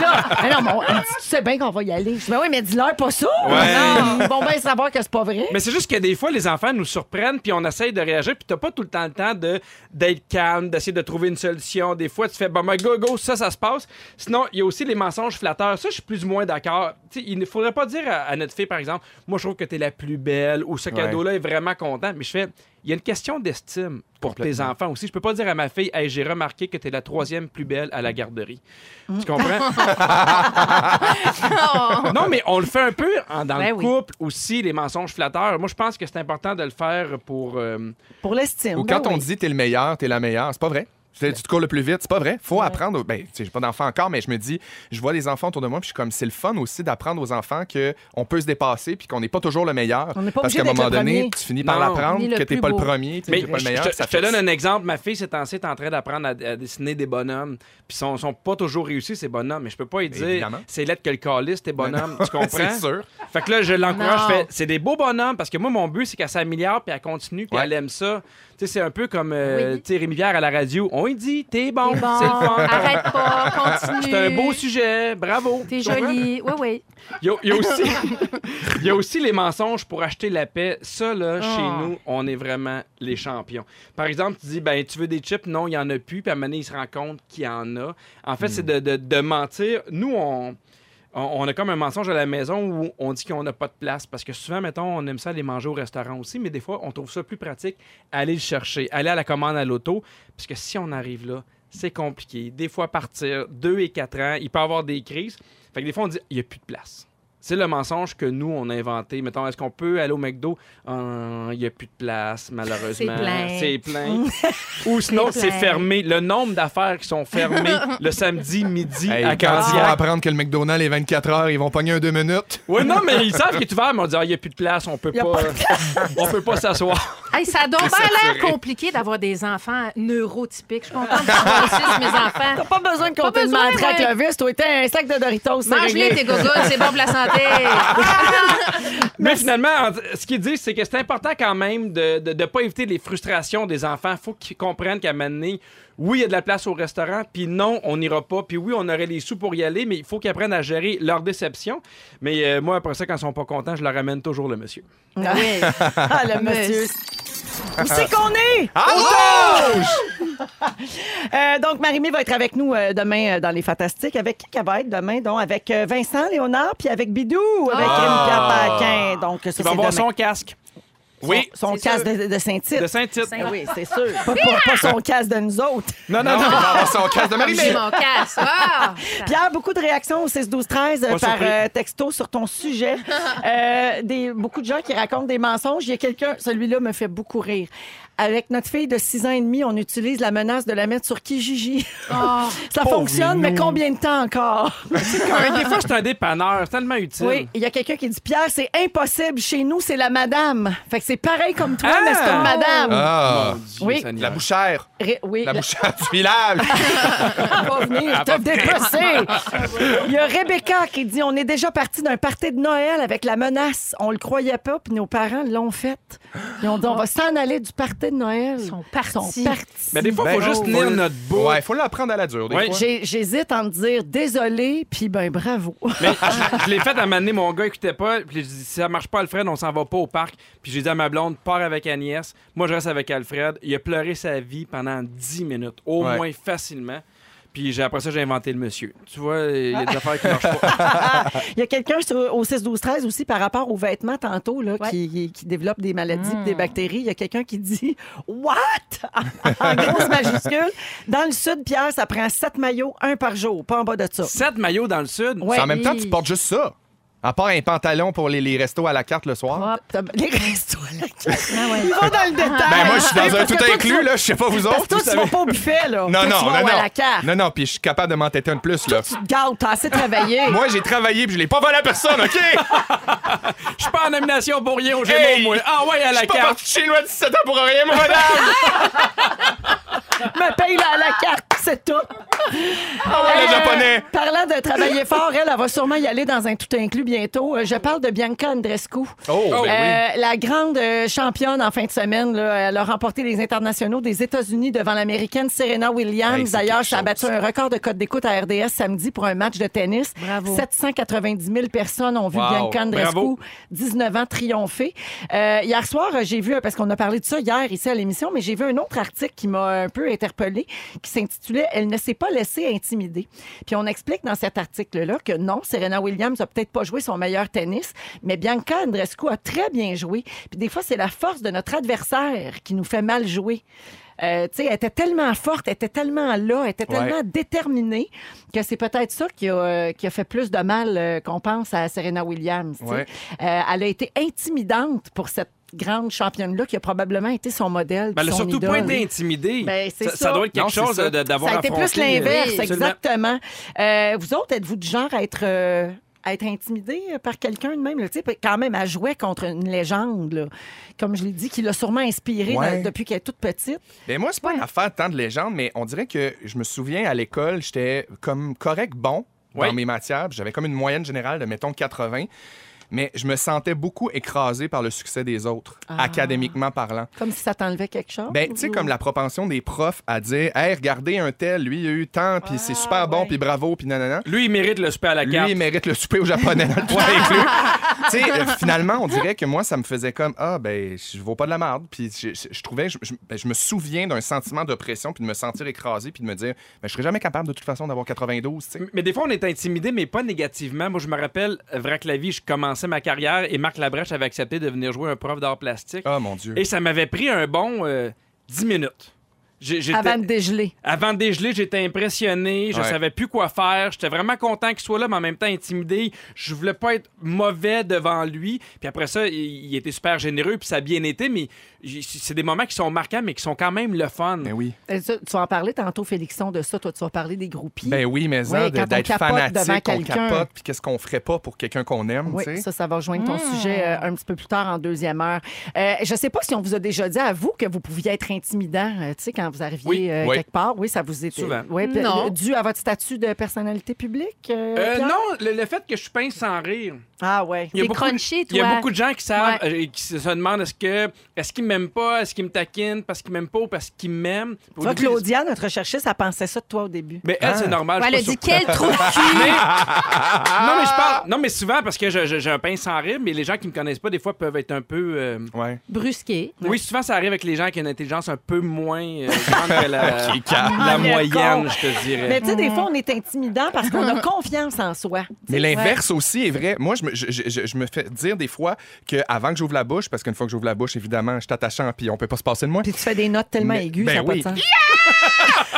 Là, mais non, mais on- elle dit, tu sais bien qu'on va y aller. Je dis, ben oui, mais dis-leur pas ça. Non, ils vont bien savoir que c'est pas vrai. Mais c'est juste que des fois, les enfants nous surprennent, puis on essaye de réagir, puis t'as pas tout le temps le temps de- d'être calme, d'essayer de trouver une solution. Des fois, tu fais, bon, ben, go, go, ça, ça se passe. Sinon, il y a aussi les mensonges flatteurs. Ça, je suis plus ou moins d'accord. Tu sais, il ne faudrait pas dire à, à notre fille, par exemple, moi, je trouve que t'es la plus belle, ou ce cadeau-là est vraiment content. Mais je fais, il y a une question d'estime pour tes enfants aussi. Je peux pas dire à ma fille, hey, j'ai remarqué que t'es la troisième plus belle à la garderie. Tu Mm. <laughs> comprends? Non, mais on le fait un peu en- dans Ben le oui. couple aussi, les mensonges flatteurs. Moi, je pense que c'est important de le faire pour. euh, Pour l'estime. Ou quand ben on oui. dit t'es le meilleur, t'es la meilleure, c'est pas vrai. Tu sais, tu te cours le plus vite, c'est pas vrai. Faut apprendre. Ben, tu sais, j'ai pas d'enfants encore, mais je me dis, je vois les enfants autour de moi, puis je suis comme, c'est le fun aussi d'apprendre aux enfants que on peut se dépasser, puis qu'on n'est pas toujours le meilleur. On n'est pas Parce obligé qu'à un d'être moment le donné, premier. tu finis Non. par l'apprendre, Ni le que t'es plus pas beau. le premier, tu Mais n'es pas le je- meilleur. je, puis ça je te fait- donne un exemple. Ma fille, c'est censée est en train d'apprendre à, à dessiner des bonhommes. Puis sont, sont pas toujours réussis, ces bonhommes. Mais je peux pas lui dire, Ben, évidemment. c'est lettre que le calice, tes bonhommes. Tu comprends? <laughs> <laughs> C'est sûr. Fait que là, je l'encourage. Non. je fais, C'est des beaux bonhommes parce que moi, mon but, c'est qu'elle s'améliore puis elle continue puis Ouais. elle aime ça. Tu sais, c'est un peu comme euh, Oui. tu sais, Rémi Pierre à la radio. On lui dit, t'es bon, T'es bon, c'est le fun. Arrête pas, continue. C'est un beau sujet, bravo. T'es Tu comprends? jolie. Oui, oui. Il y a, il y a aussi, <laughs> il y a aussi les mensonges pour acheter la paix. Ça, là, chez Ah. nous, on est vraiment les champions. Par exemple, tu dis, ben, tu veux des chips? Non, il n'y en a plus. Puis à un moment donné, il se rend compte qu'il y en a. En fait, c'est de, de- de mentir. Nous, on. On on a comme un mensonge à la maison où on dit qu'on n'a pas de place parce que souvent, mettons, on aime ça aller manger au restaurant aussi, mais des fois, on trouve ça plus pratique aller le chercher, aller à la commande à l'auto, parce que si on arrive là, c'est compliqué. Des fois, partir, 2 et 4 ans, il peut y avoir des crises. Fait que des fois, on dit, il n'y a plus de place. C'est le mensonge que nous, on a inventé. Mettons, est-ce qu'on peut aller au McDo? Euh, Il n'y a plus de place, malheureusement. C'est plein. C'est plein. Ou sinon, C'est c'est plein. fermé. Le nombre d'affaires qui sont fermées le samedi midi Hey, à quand ils vont Candiac. apprendre que le McDonald's est 24 heures, ils vont pogner un <laughs> deux minutes. Oui, non, mais ils savent qu'il est ouvert, mais on dit, ah, il n'y a plus de place, on peut y a pas, <laughs> on peut pas s'asseoir. Hey, ça a donc bien l'air compliqué d'avoir des enfants neurotypiques. Je suis contente d'avoir aussi mes enfants. T'as pas besoin de Pas compter de besoin, mantra avec ouais. le vice. Toi, t'es un sac de Doritos. c'est Mange-les réglé. tes gogoles, c'est bon pour la santé. Mais finalement, en- ce qu'ils disent, c'est que c'est important quand même de ne pas éviter les frustrations des enfants. faut qu'ils comprennent qu'à un moment donné, oui, il y a de la place au restaurant, puis non, on n'ira pas, puis oui, on aurait les sous pour y aller, mais il faut qu'ils apprennent à gérer leur déception. Mais euh, moi, après ça, quand ils sont pas contents, je leur amène toujours le monsieur. Oui. <laughs> Ah, le monsieur. Où c'est qu'on est? <laughs> Euh, donc, Marie-Mé va être avec nous euh, demain euh, dans Les Fantastiques. Avec qui qu'elle va être demain? Donc, avec euh, Vincent Léonard, puis avec Bidou, avec Ah! Rémi Paquin. Donc, ça, c'est Il va avoir demain. son casque Oui. Son C'est casque sûr. de, de Saint-Tite. de Saint-Tite. Ben oui, c'est sûr. <laughs> Pas, pas- pas son casque de nous autres. Non, non, non. On va avoir son casque de marie J'ai mon casse. Ah! Pierre, beaucoup de réactions au 6-12-13 euh, Pas par surpris. euh, texto sur ton sujet. Euh, des, beaucoup de gens qui racontent des mensonges. Il y a quelqu'un, celui-là me fait beaucoup rire. Avec notre fille de 6 ans et demi, on utilise la menace de la mettre sur Kijiji. Oh. <laughs> Ça fonctionne, mais combien de temps encore? Des fois, c'est un dépanneur, c'est tellement utile. Oui, il y a quelqu'un qui dit Pierre, c'est impossible. Chez nous, c'est la madame. Fait que c'est pareil comme toi, Ah! mais c'est une madame. Ah, Oui. la bouchère. Ré- oui, La la- bouchère du <laughs> village. va venir te <laughs> dépasser. Il y a Rebecca qui dit on est déjà parti d'un party de Noël avec la menace. On le croyait pas, puis nos parents l'ont fait. Ils ont dit on va s'en aller du party de Noël. Ils sont partis. Ils sont partis. Mais des fois, il faut Ben, juste faut tenir le- notre bout. Ouais, faut l'apprendre à la dure, des Ouais. fois. J'ai- J'hésite à me dire désolé, puis ben bravo. Mais Ah, je, je l'ai fait à un moment donné, mon gars écoutait pas. Puis je dit, si ça marche pas, Alfred, on s'en va pas au parc. Puis j'ai dit à ma blonde, pars avec Agnès. Moi, je reste avec Alfred. Il a pleuré sa vie pendant 10 minutes, au Ouais. moins facilement. Puis j'ai- après ça, j'ai inventé le monsieur. Tu vois, il y Ah. a des affaires qui marchent <laughs> pas. <laughs> Il y a quelqu'un sur- au 6-12-13 aussi par rapport aux vêtements tantôt là, Ouais. qui, qui- qui développe des maladies pis des Mm. bactéries. Il y a quelqu'un qui dit What? <laughs> en grosse majuscule. Dans le sud, Pierre, ça prend 7 maillots, un par jour, pas en bas de ça. 7 maillots dans le sud. Ouais. C'est en même temps, Oui. tu portes juste ça. À part un pantalon pour les, les restos à la carte le soir. T'as- Les restos à la carte. Ah ouais. Ils vont dans le détail. Ben, moi, je suis dans un Parce que tout toi, inclus, tu- là. Je sais pas vous Parce autres. que toi, vous tu savez. vas pas au buffet, là. Non, Toi, non, tu vas non, au à non. la carte. Non, non, puis je suis capable de m'entêter un de plus, <laughs> là. Tu te gâtes, t'as assez travaillé. Moi, j'ai travaillé puis je l'ai pas volé à personne, <laughs> OK? Je Je suis pas en nomination pour rien au Gémeaux, Hey! moi. Ah ouais, à la suis pas carte. parti chez nous à 17 ans pour rien, mon madame! <laughs> me paye la, la carte, c'est tout. ouais, le Euh, japonais. Parlant de travailler fort, elle, elle va sûrement y aller dans un tout inclus bientôt. Euh, Je parle de Bianca Andrescu. Oh, ben oui. Euh, la grande euh, championne en fin de semaine, là. elle a remporté les internationaux des États-Unis devant l'américaine Serena Williams. Hey, c'est D'ailleurs, quelque ça a battu chose. un record de code d'écoute à RDS samedi pour un match de tennis. Bravo. 790 000 personnes ont vu Wow. Bianca Andrescu, Bravo. 19 ans, triompher. Euh, hier soir, euh, j'ai vu, euh, parce qu'on a parlé de ça hier ici à l'émission, mais j'ai vu un autre article qui m'a un peu interpellée, qui s'intitulait « Elle ne s'est pas laissée intimider ». Puis on explique dans cet article-là que non, Serena Williams a peut-être pas joué son meilleur tennis, mais Bianca Andrescu a très bien joué. Puis des fois, c'est la force de notre adversaire qui nous fait mal jouer. Euh, tu sais, elle était tellement forte, elle était tellement là, elle était tellement Ouais. déterminée que c'est peut-être ça qui a, euh, qui a fait plus de mal euh, qu'on pense à Serena Williams. tu sais. Ouais. Euh, elle a été intimidante pour cette grande championne-là qui a probablement été son modèle. Ben, puis elle a son surtout pas idole. été intimidée. Ben, c'est ça, ça. doit être quelque Non, c'est chose ça. de- d'avoir Ça a été plus affronté, euh, l'inverse, absolument. exactement. Euh, vous autres, êtes-vous du genre à être, euh, à être intimidé euh, par quelqu'un de même? Là, Tu sais, quand même, à jouer contre une légende, là. comme je l'ai dit, qui l'a sûrement inspirée Ouais. dans- depuis qu'elle est toute petite. Ben moi, c'est pas une affaire tant de légende, mais on dirait que je me souviens à l'école, j'étais comme correct bon Oui. dans mes matières. puis J'avais comme une moyenne générale de, mettons, 80. Mais je me sentais beaucoup écrasé par le succès des autres, académiquement parlant. Comme si ça t'enlevait quelque chose. Ben, tu sais, ou- comme la propension des profs à dire Hey, regardez un tel, lui, il a eu tant, puis c'est super bon, puis bravo, puis nanana. Lui, il mérite le super à la Lui, carte. il mérite le souper au japonais <laughs> dans le toit inclus. tu sais, euh, finalement, on dirait que moi, ça me faisait comme Ah, ben, je vaux pas de la merde. Puis je, je- je trouvais, je, je- ben, je me souviens d'un sentiment d'oppression, puis de me sentir écrasé, puis de me dire Ben, je serais jamais capable de toute façon d'avoir 92, tu sais. Mais des fois, on est intimidé, mais pas négativement. Moi, je me rappelle, Vrac la vie, je commençais ma carrière et Marc Labrèche avait accepté de venir jouer un prof d'art plastique. Ah, mon Dieu. Et ça m'avait pris un bon euh, 10 minutes. J'ai- j'étais- Avant de dégeler. avant de dégeler, j'étais impressionné, je Ouais. savais plus quoi faire, j'étais vraiment content qu'il soit là, mais en même temps intimidé. Je voulais pas être mauvais devant lui. Puis après ça, il, il était super généreux, puis ça a bien été, mais j- c'est des moments qui sont marquants, mais qui sont quand même le fun. Ben oui. Euh, ça, Tu vas en parler tantôt, Félixon, de ça. Toi, tu vas parler des groupies. Ben oui, mais Oui, hein, quand de- on d'être capote devant fanatique, on quelqu'un. capote, puis qu'est-ce qu'on ferait pas pour quelqu'un qu'on aime, Oui, tu sais. ça, ça va rejoindre ton Hmm. sujet euh, un petit peu plus tard en deuxième heure. Euh, je ne sais pas si on vous a déjà dit à vous que vous pouviez être intimidant, euh, tu sais, quand vous arriviez Oui, euh, oui. quelque part. Oui, ça vous est Souvent. Oui, puis, Non. euh, dû à votre statut de personnalité publique. euh, Euh, Pierre? non, le, le fait que je suis pince sans rire. Ah ouais. Il y a T'es beaucoup- crunché, Il y a toi. beaucoup de gens qui savent, euh, qui se se demandent est-ce que est-ce qu'ils m'aiment pas, est-ce qu'ils me taquinent parce qu'ils m'aiment pas ou parce qu'ils m'aiment. Au Tu vois, début, Claudia, notre recherchiste, elle pensait ça de toi au début. Mais elle, c'est normal. Ouais, je elle a suis pas dit surpris. quel trou de cul. Non, mais je Ah. parle. Non, mais souvent, parce que je- je- j'ai un pain sans rire, mais les gens qui me connaissent pas, des fois, peuvent être un peu. euh, Ouais. Brusqué. Oui, souvent, ça arrive avec les gens qui ont une intelligence un peu moins euh, grande que la, Ah, la le con. moyenne, je te dirais. Mais tu sais, des fois, on est intimidant parce qu'on <laughs> a confiance en soi. Mais l'inverse aussi est vrai. Moi, je me, je, je- je- je me fais dire des fois que avant que j'ouvre la bouche, parce qu'une fois que j'ouvre la bouche, évidemment, je suis attachant, puis on peut pas se passer de moi. Puis tu fais des notes tellement Mais- aiguës, ben ça n'a oui. pas de sens.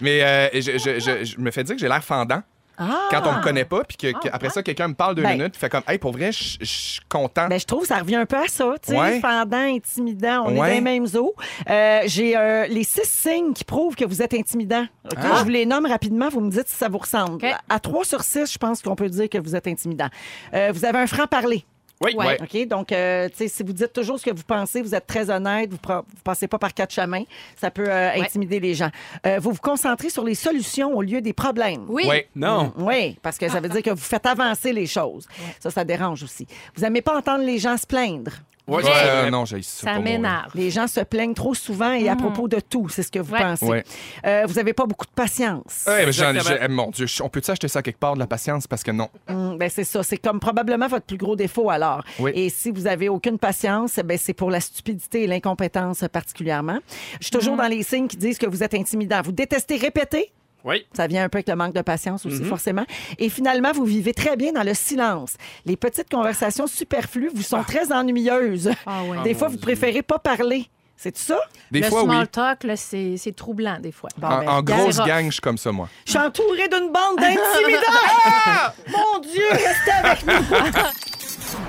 Mais euh, je, je- je- je me fais dire que j'ai l'air fendant. Ah! Oh, Quand on me connaît pas, puis que, que- après ça, quelqu'un me parle deux Ben. minutes, puis fait comme, hey, pour vrai, je je suis content. Ben, je trouve que ça revient un peu à ça, tu sais, Ouais. fendant, intimidant, on est Ouais. dans les mêmes eaux. Euh, J'ai euh, les six signes qui prouvent que vous êtes intimidant. OK? Ah. Je vous les nomme rapidement, vous me dites si ça vous ressemble. OK. À 3 sur 6, je pense qu'on peut dire que vous êtes intimidant. Euh, vous avez un franc-parler. Oui, Ouais. Ouais. OK? Donc, euh, tu sais, si vous dites toujours ce que vous pensez, vous êtes très honnête, vous ne passez pas par quatre chemins, ça peut euh, Ouais. intimider les gens. Euh, vous vous concentrez sur les solutions au lieu des problèmes. Oui. Ouais. Non. Oui, parce que ça veut dire que vous faites avancer les choses. Ça, ça dérange aussi. Vous n'aimez pas entendre les gens se plaindre. Ouais, Ouais, c'est euh, vrai. non, j'ai ça. Ça pour moi, là. m'énerve. Les gens se plaignent trop souvent et à propos de tout, c'est ce que vous Ouais. pensez. Ouais. Euh, vous n'avez pas beaucoup de patience. Ouais, mais j'en- Exactement. j'ai- eh, mon Dieu, je- on peut-tu acheter ça quelque part de la patience? Parce que non. Hum, ben c'est ça, c'est comme probablement votre plus gros défaut alors. Oui. Et si vous avez aucune patience, ben c'est pour la stupidité et l'incompétence particulièrement. Je suis toujours dans les signes qui disent que vous êtes intimidant. Vous détestez répéter. Oui. Ça vient un peu avec le manque de patience Mm-hmm. aussi, forcément. Et finalement, vous vivez très bien dans le silence. Les petites conversations superflues vous sont très ennuyeuses. Ah ouais. Des fois, vous préférez pas parler. C'est ça? Des le fois, oui. small talk, là, c'est c'est troublant, des fois. Ah. Bon, En, ben, en regarde. grosse c'est rough. gang, je suis comme ça, moi. Ah. Je suis entourée d'une <laughs> bande d'intimidants. Mon Dieu, restez avec nous.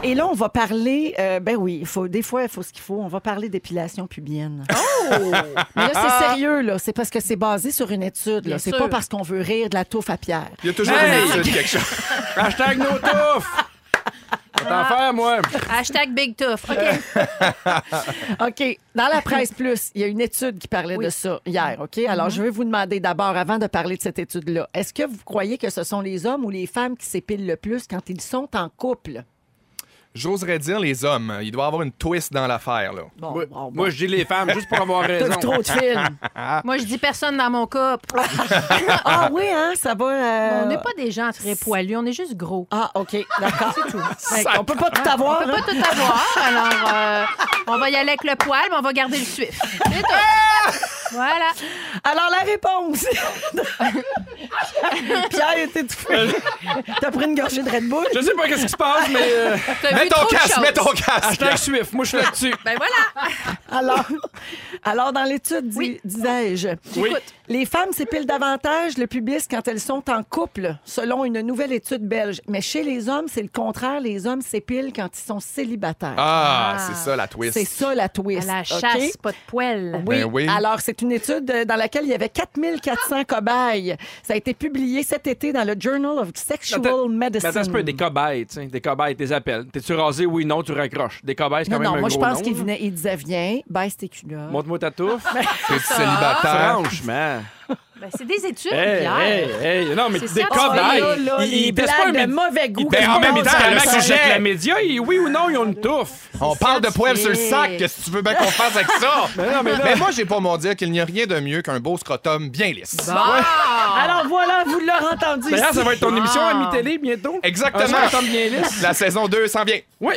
Et là, on va parler. euh, ben oui, il faut, des fois, il faut ce qu'il faut. On va parler d'épilation pubienne. Oh! Mais là, c'est sérieux, là. C'est parce que c'est basé sur une étude, Ah. Bien là. C'est sûr. pas parce qu'on veut rire de la touffe à pierre. Il y a toujours Hey! <laughs> une étude, quelque chose. Hashtag nos touffes. Ah. Je vais t'en faire, moi. Hashtag Big Tough. OK. OK. Dans <laughs> la presse plus, il y a une étude qui parlait Oui. de ça hier, OK? Alors, je vais vous demander d'abord, avant de parler de cette étude-là, est-ce que vous croyez que ce sont les hommes ou les femmes qui s'épilent le plus quand ils sont en couple? J'oserais dire les hommes. Il doit y avoir une twist dans l'affaire, là. Bon, Moi, bon, bon. moi, je dis les femmes juste pour avoir T'as raison. vu trop de films. Ah. Moi, je dis personne dans mon couple. <laughs> Ah oui, hein, ça va. euh, On n'est pas des gens très poilus, on est juste gros. Ah, OK, d'accord. Fait qu'on peut pas tout On avoir. peut hein. pas tout avoir, alors euh, on va y aller avec le poil, mais on va garder le suif. C'est tout. Voilà. Alors, la réponse. <laughs> Pierre est étouffé. <laughs> T'as pris une gorgée de Red Bull? Je sais pas qu'est-ce qui se passe, mais euh, T'as Mets vu ton trop de casque, choses. mets ton casque! hashtag Swift. Moi, je suis là-dessus. Ben voilà. Alors, <laughs> alors dans l'étude, dis- Oui. disais-je, Oui. les femmes s'épilent davantage le pubis quand elles sont en couple, selon une nouvelle étude belge. Mais chez les hommes, c'est le contraire. Les hommes s'épilent quand ils sont célibataires. Ah, Ah. c'est ça la twist. C'est ça la À twist. la OK? chasse, pas de poil. Oui. Ben oui. Alors, c'est une étude euh, dans laquelle il y avait 4400 cobayes. Ça a été publié cet été dans le Journal of Sexual Mais Medicine. attends, c'est pas des cobayes, tu sais. Des cobayes, des appels. T'es-tu rasé? Oui, non, tu raccroches. Des cobayes, c'est non, quand même non, un moi, je gros pense nom, qu'il là. venait, il disait, viens, baisse tes culottes. Montre-moi <laughs> ta touffe. T'es célibataire. Franchement. Ben, c'est des études, Hey, Pierre. hey, hey. Non, mais C'est des ça, Ah, cobayes. là, là, Ils- les ils testent pas blagues un de mé- mauvais goût. Ben, que en je même pense temps, à le la mec qui soirée. jette la média, il- oui ou non, ils ont une touffe. On parle de poivre sur le Fatigué. sac. Qu'est-ce que tu veux bien qu'on fasse avec ça? <laughs> mais, moi, j'ai pas mon dire qu'il n'y a rien de mieux qu'un beau scrotum bien lisse. Alors voilà, vous l'aurez entendu. D'ailleurs, ici. ça va être ton émission à Ah. mi-télé bientôt. Exactement. Un scrotum bien lisse. La saison 2 s'en vient. Oui.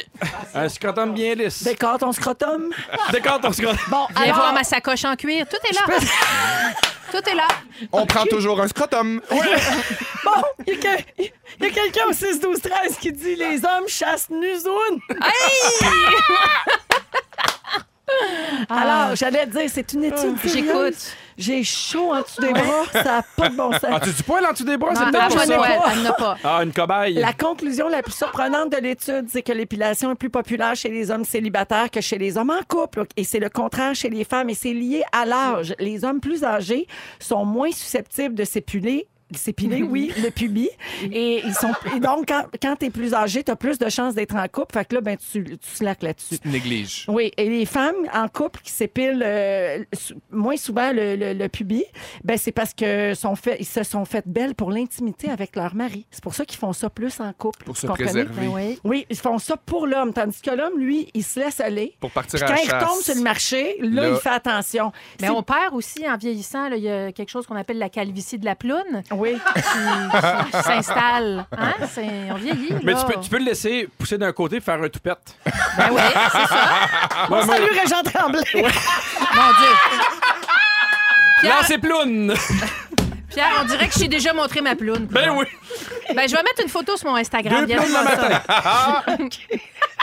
Un scrotum bien lisse. Décore ton scrotum. D'accord, ton scrotum. Bon, Viens alors... voir ma sacoche en cuir. Tout est là. <laughs> Tout est là. On prend toujours un scrotum. Bon, il y a, que- il y a quelqu'un au 6-12-13 qui dit « Les hommes chassent Nuzoun ». <laughs> Alors, j'allais dire, c'est une étude sérieuse. Ah, J'écoute. J'ai chaud en dessous des bras, ça n'a pas de bon Ah, sens. tu du poil en dessous des bras, c'est Non, elle peut-être pour n'a ça. Ah, pas. Elle n'a pas. Ah, une cobaye. La conclusion la plus surprenante de l'étude, c'est que l'épilation est plus populaire chez les hommes célibataires que chez les hommes en couple. Et c'est le contraire chez les femmes. Et c'est lié à l'âge. Les hommes plus âgés sont moins susceptibles de s'épiler s'épiler, oui, le pubis. Et, ils sont, et donc, quand, quand tu es plus âgé, tu as plus de chances d'être en couple. Fait que là, ben, tu, tu slack là-dessus. Tu te négliges. Oui, et les femmes en couple qui s'épilent euh, sou- moins souvent le, le, le pubis, ben c'est parce que sont fait, ils se sont faites belles pour l'intimité avec leur mari. C'est pour ça qu'ils font ça plus en couple. Pour vous se comprenez? préserver. Ben oui. Oui, ils font ça pour l'homme, tandis que l'homme, lui, il se laisse aller. Pour Puis partir à quand la il chasse. retombe sur le marché, là, Là. il fait attention. Mais C'est- Ben, on perd aussi en vieillissant. là, Il y a quelque chose qu'on appelle la calvitie de la <laughs> ploune <laughs> Oui. qui, qui s'installe. Hein? C'est- On vieillit. Mais là. tu peux, tu peux le laisser pousser d'un côté et faire un toupette. Ben oui, c'est ça. Ouais, moi, Salut, Régent Tremblay! Mon Dieu. Là, Pierre, c'est ploune! Pierre, on dirait que j'ai déjà montré ma ploune. Ben oui! Ben, je vais mettre une photo sur mon Instagram. Deux Bien plounes le sûr. matin! <laughs>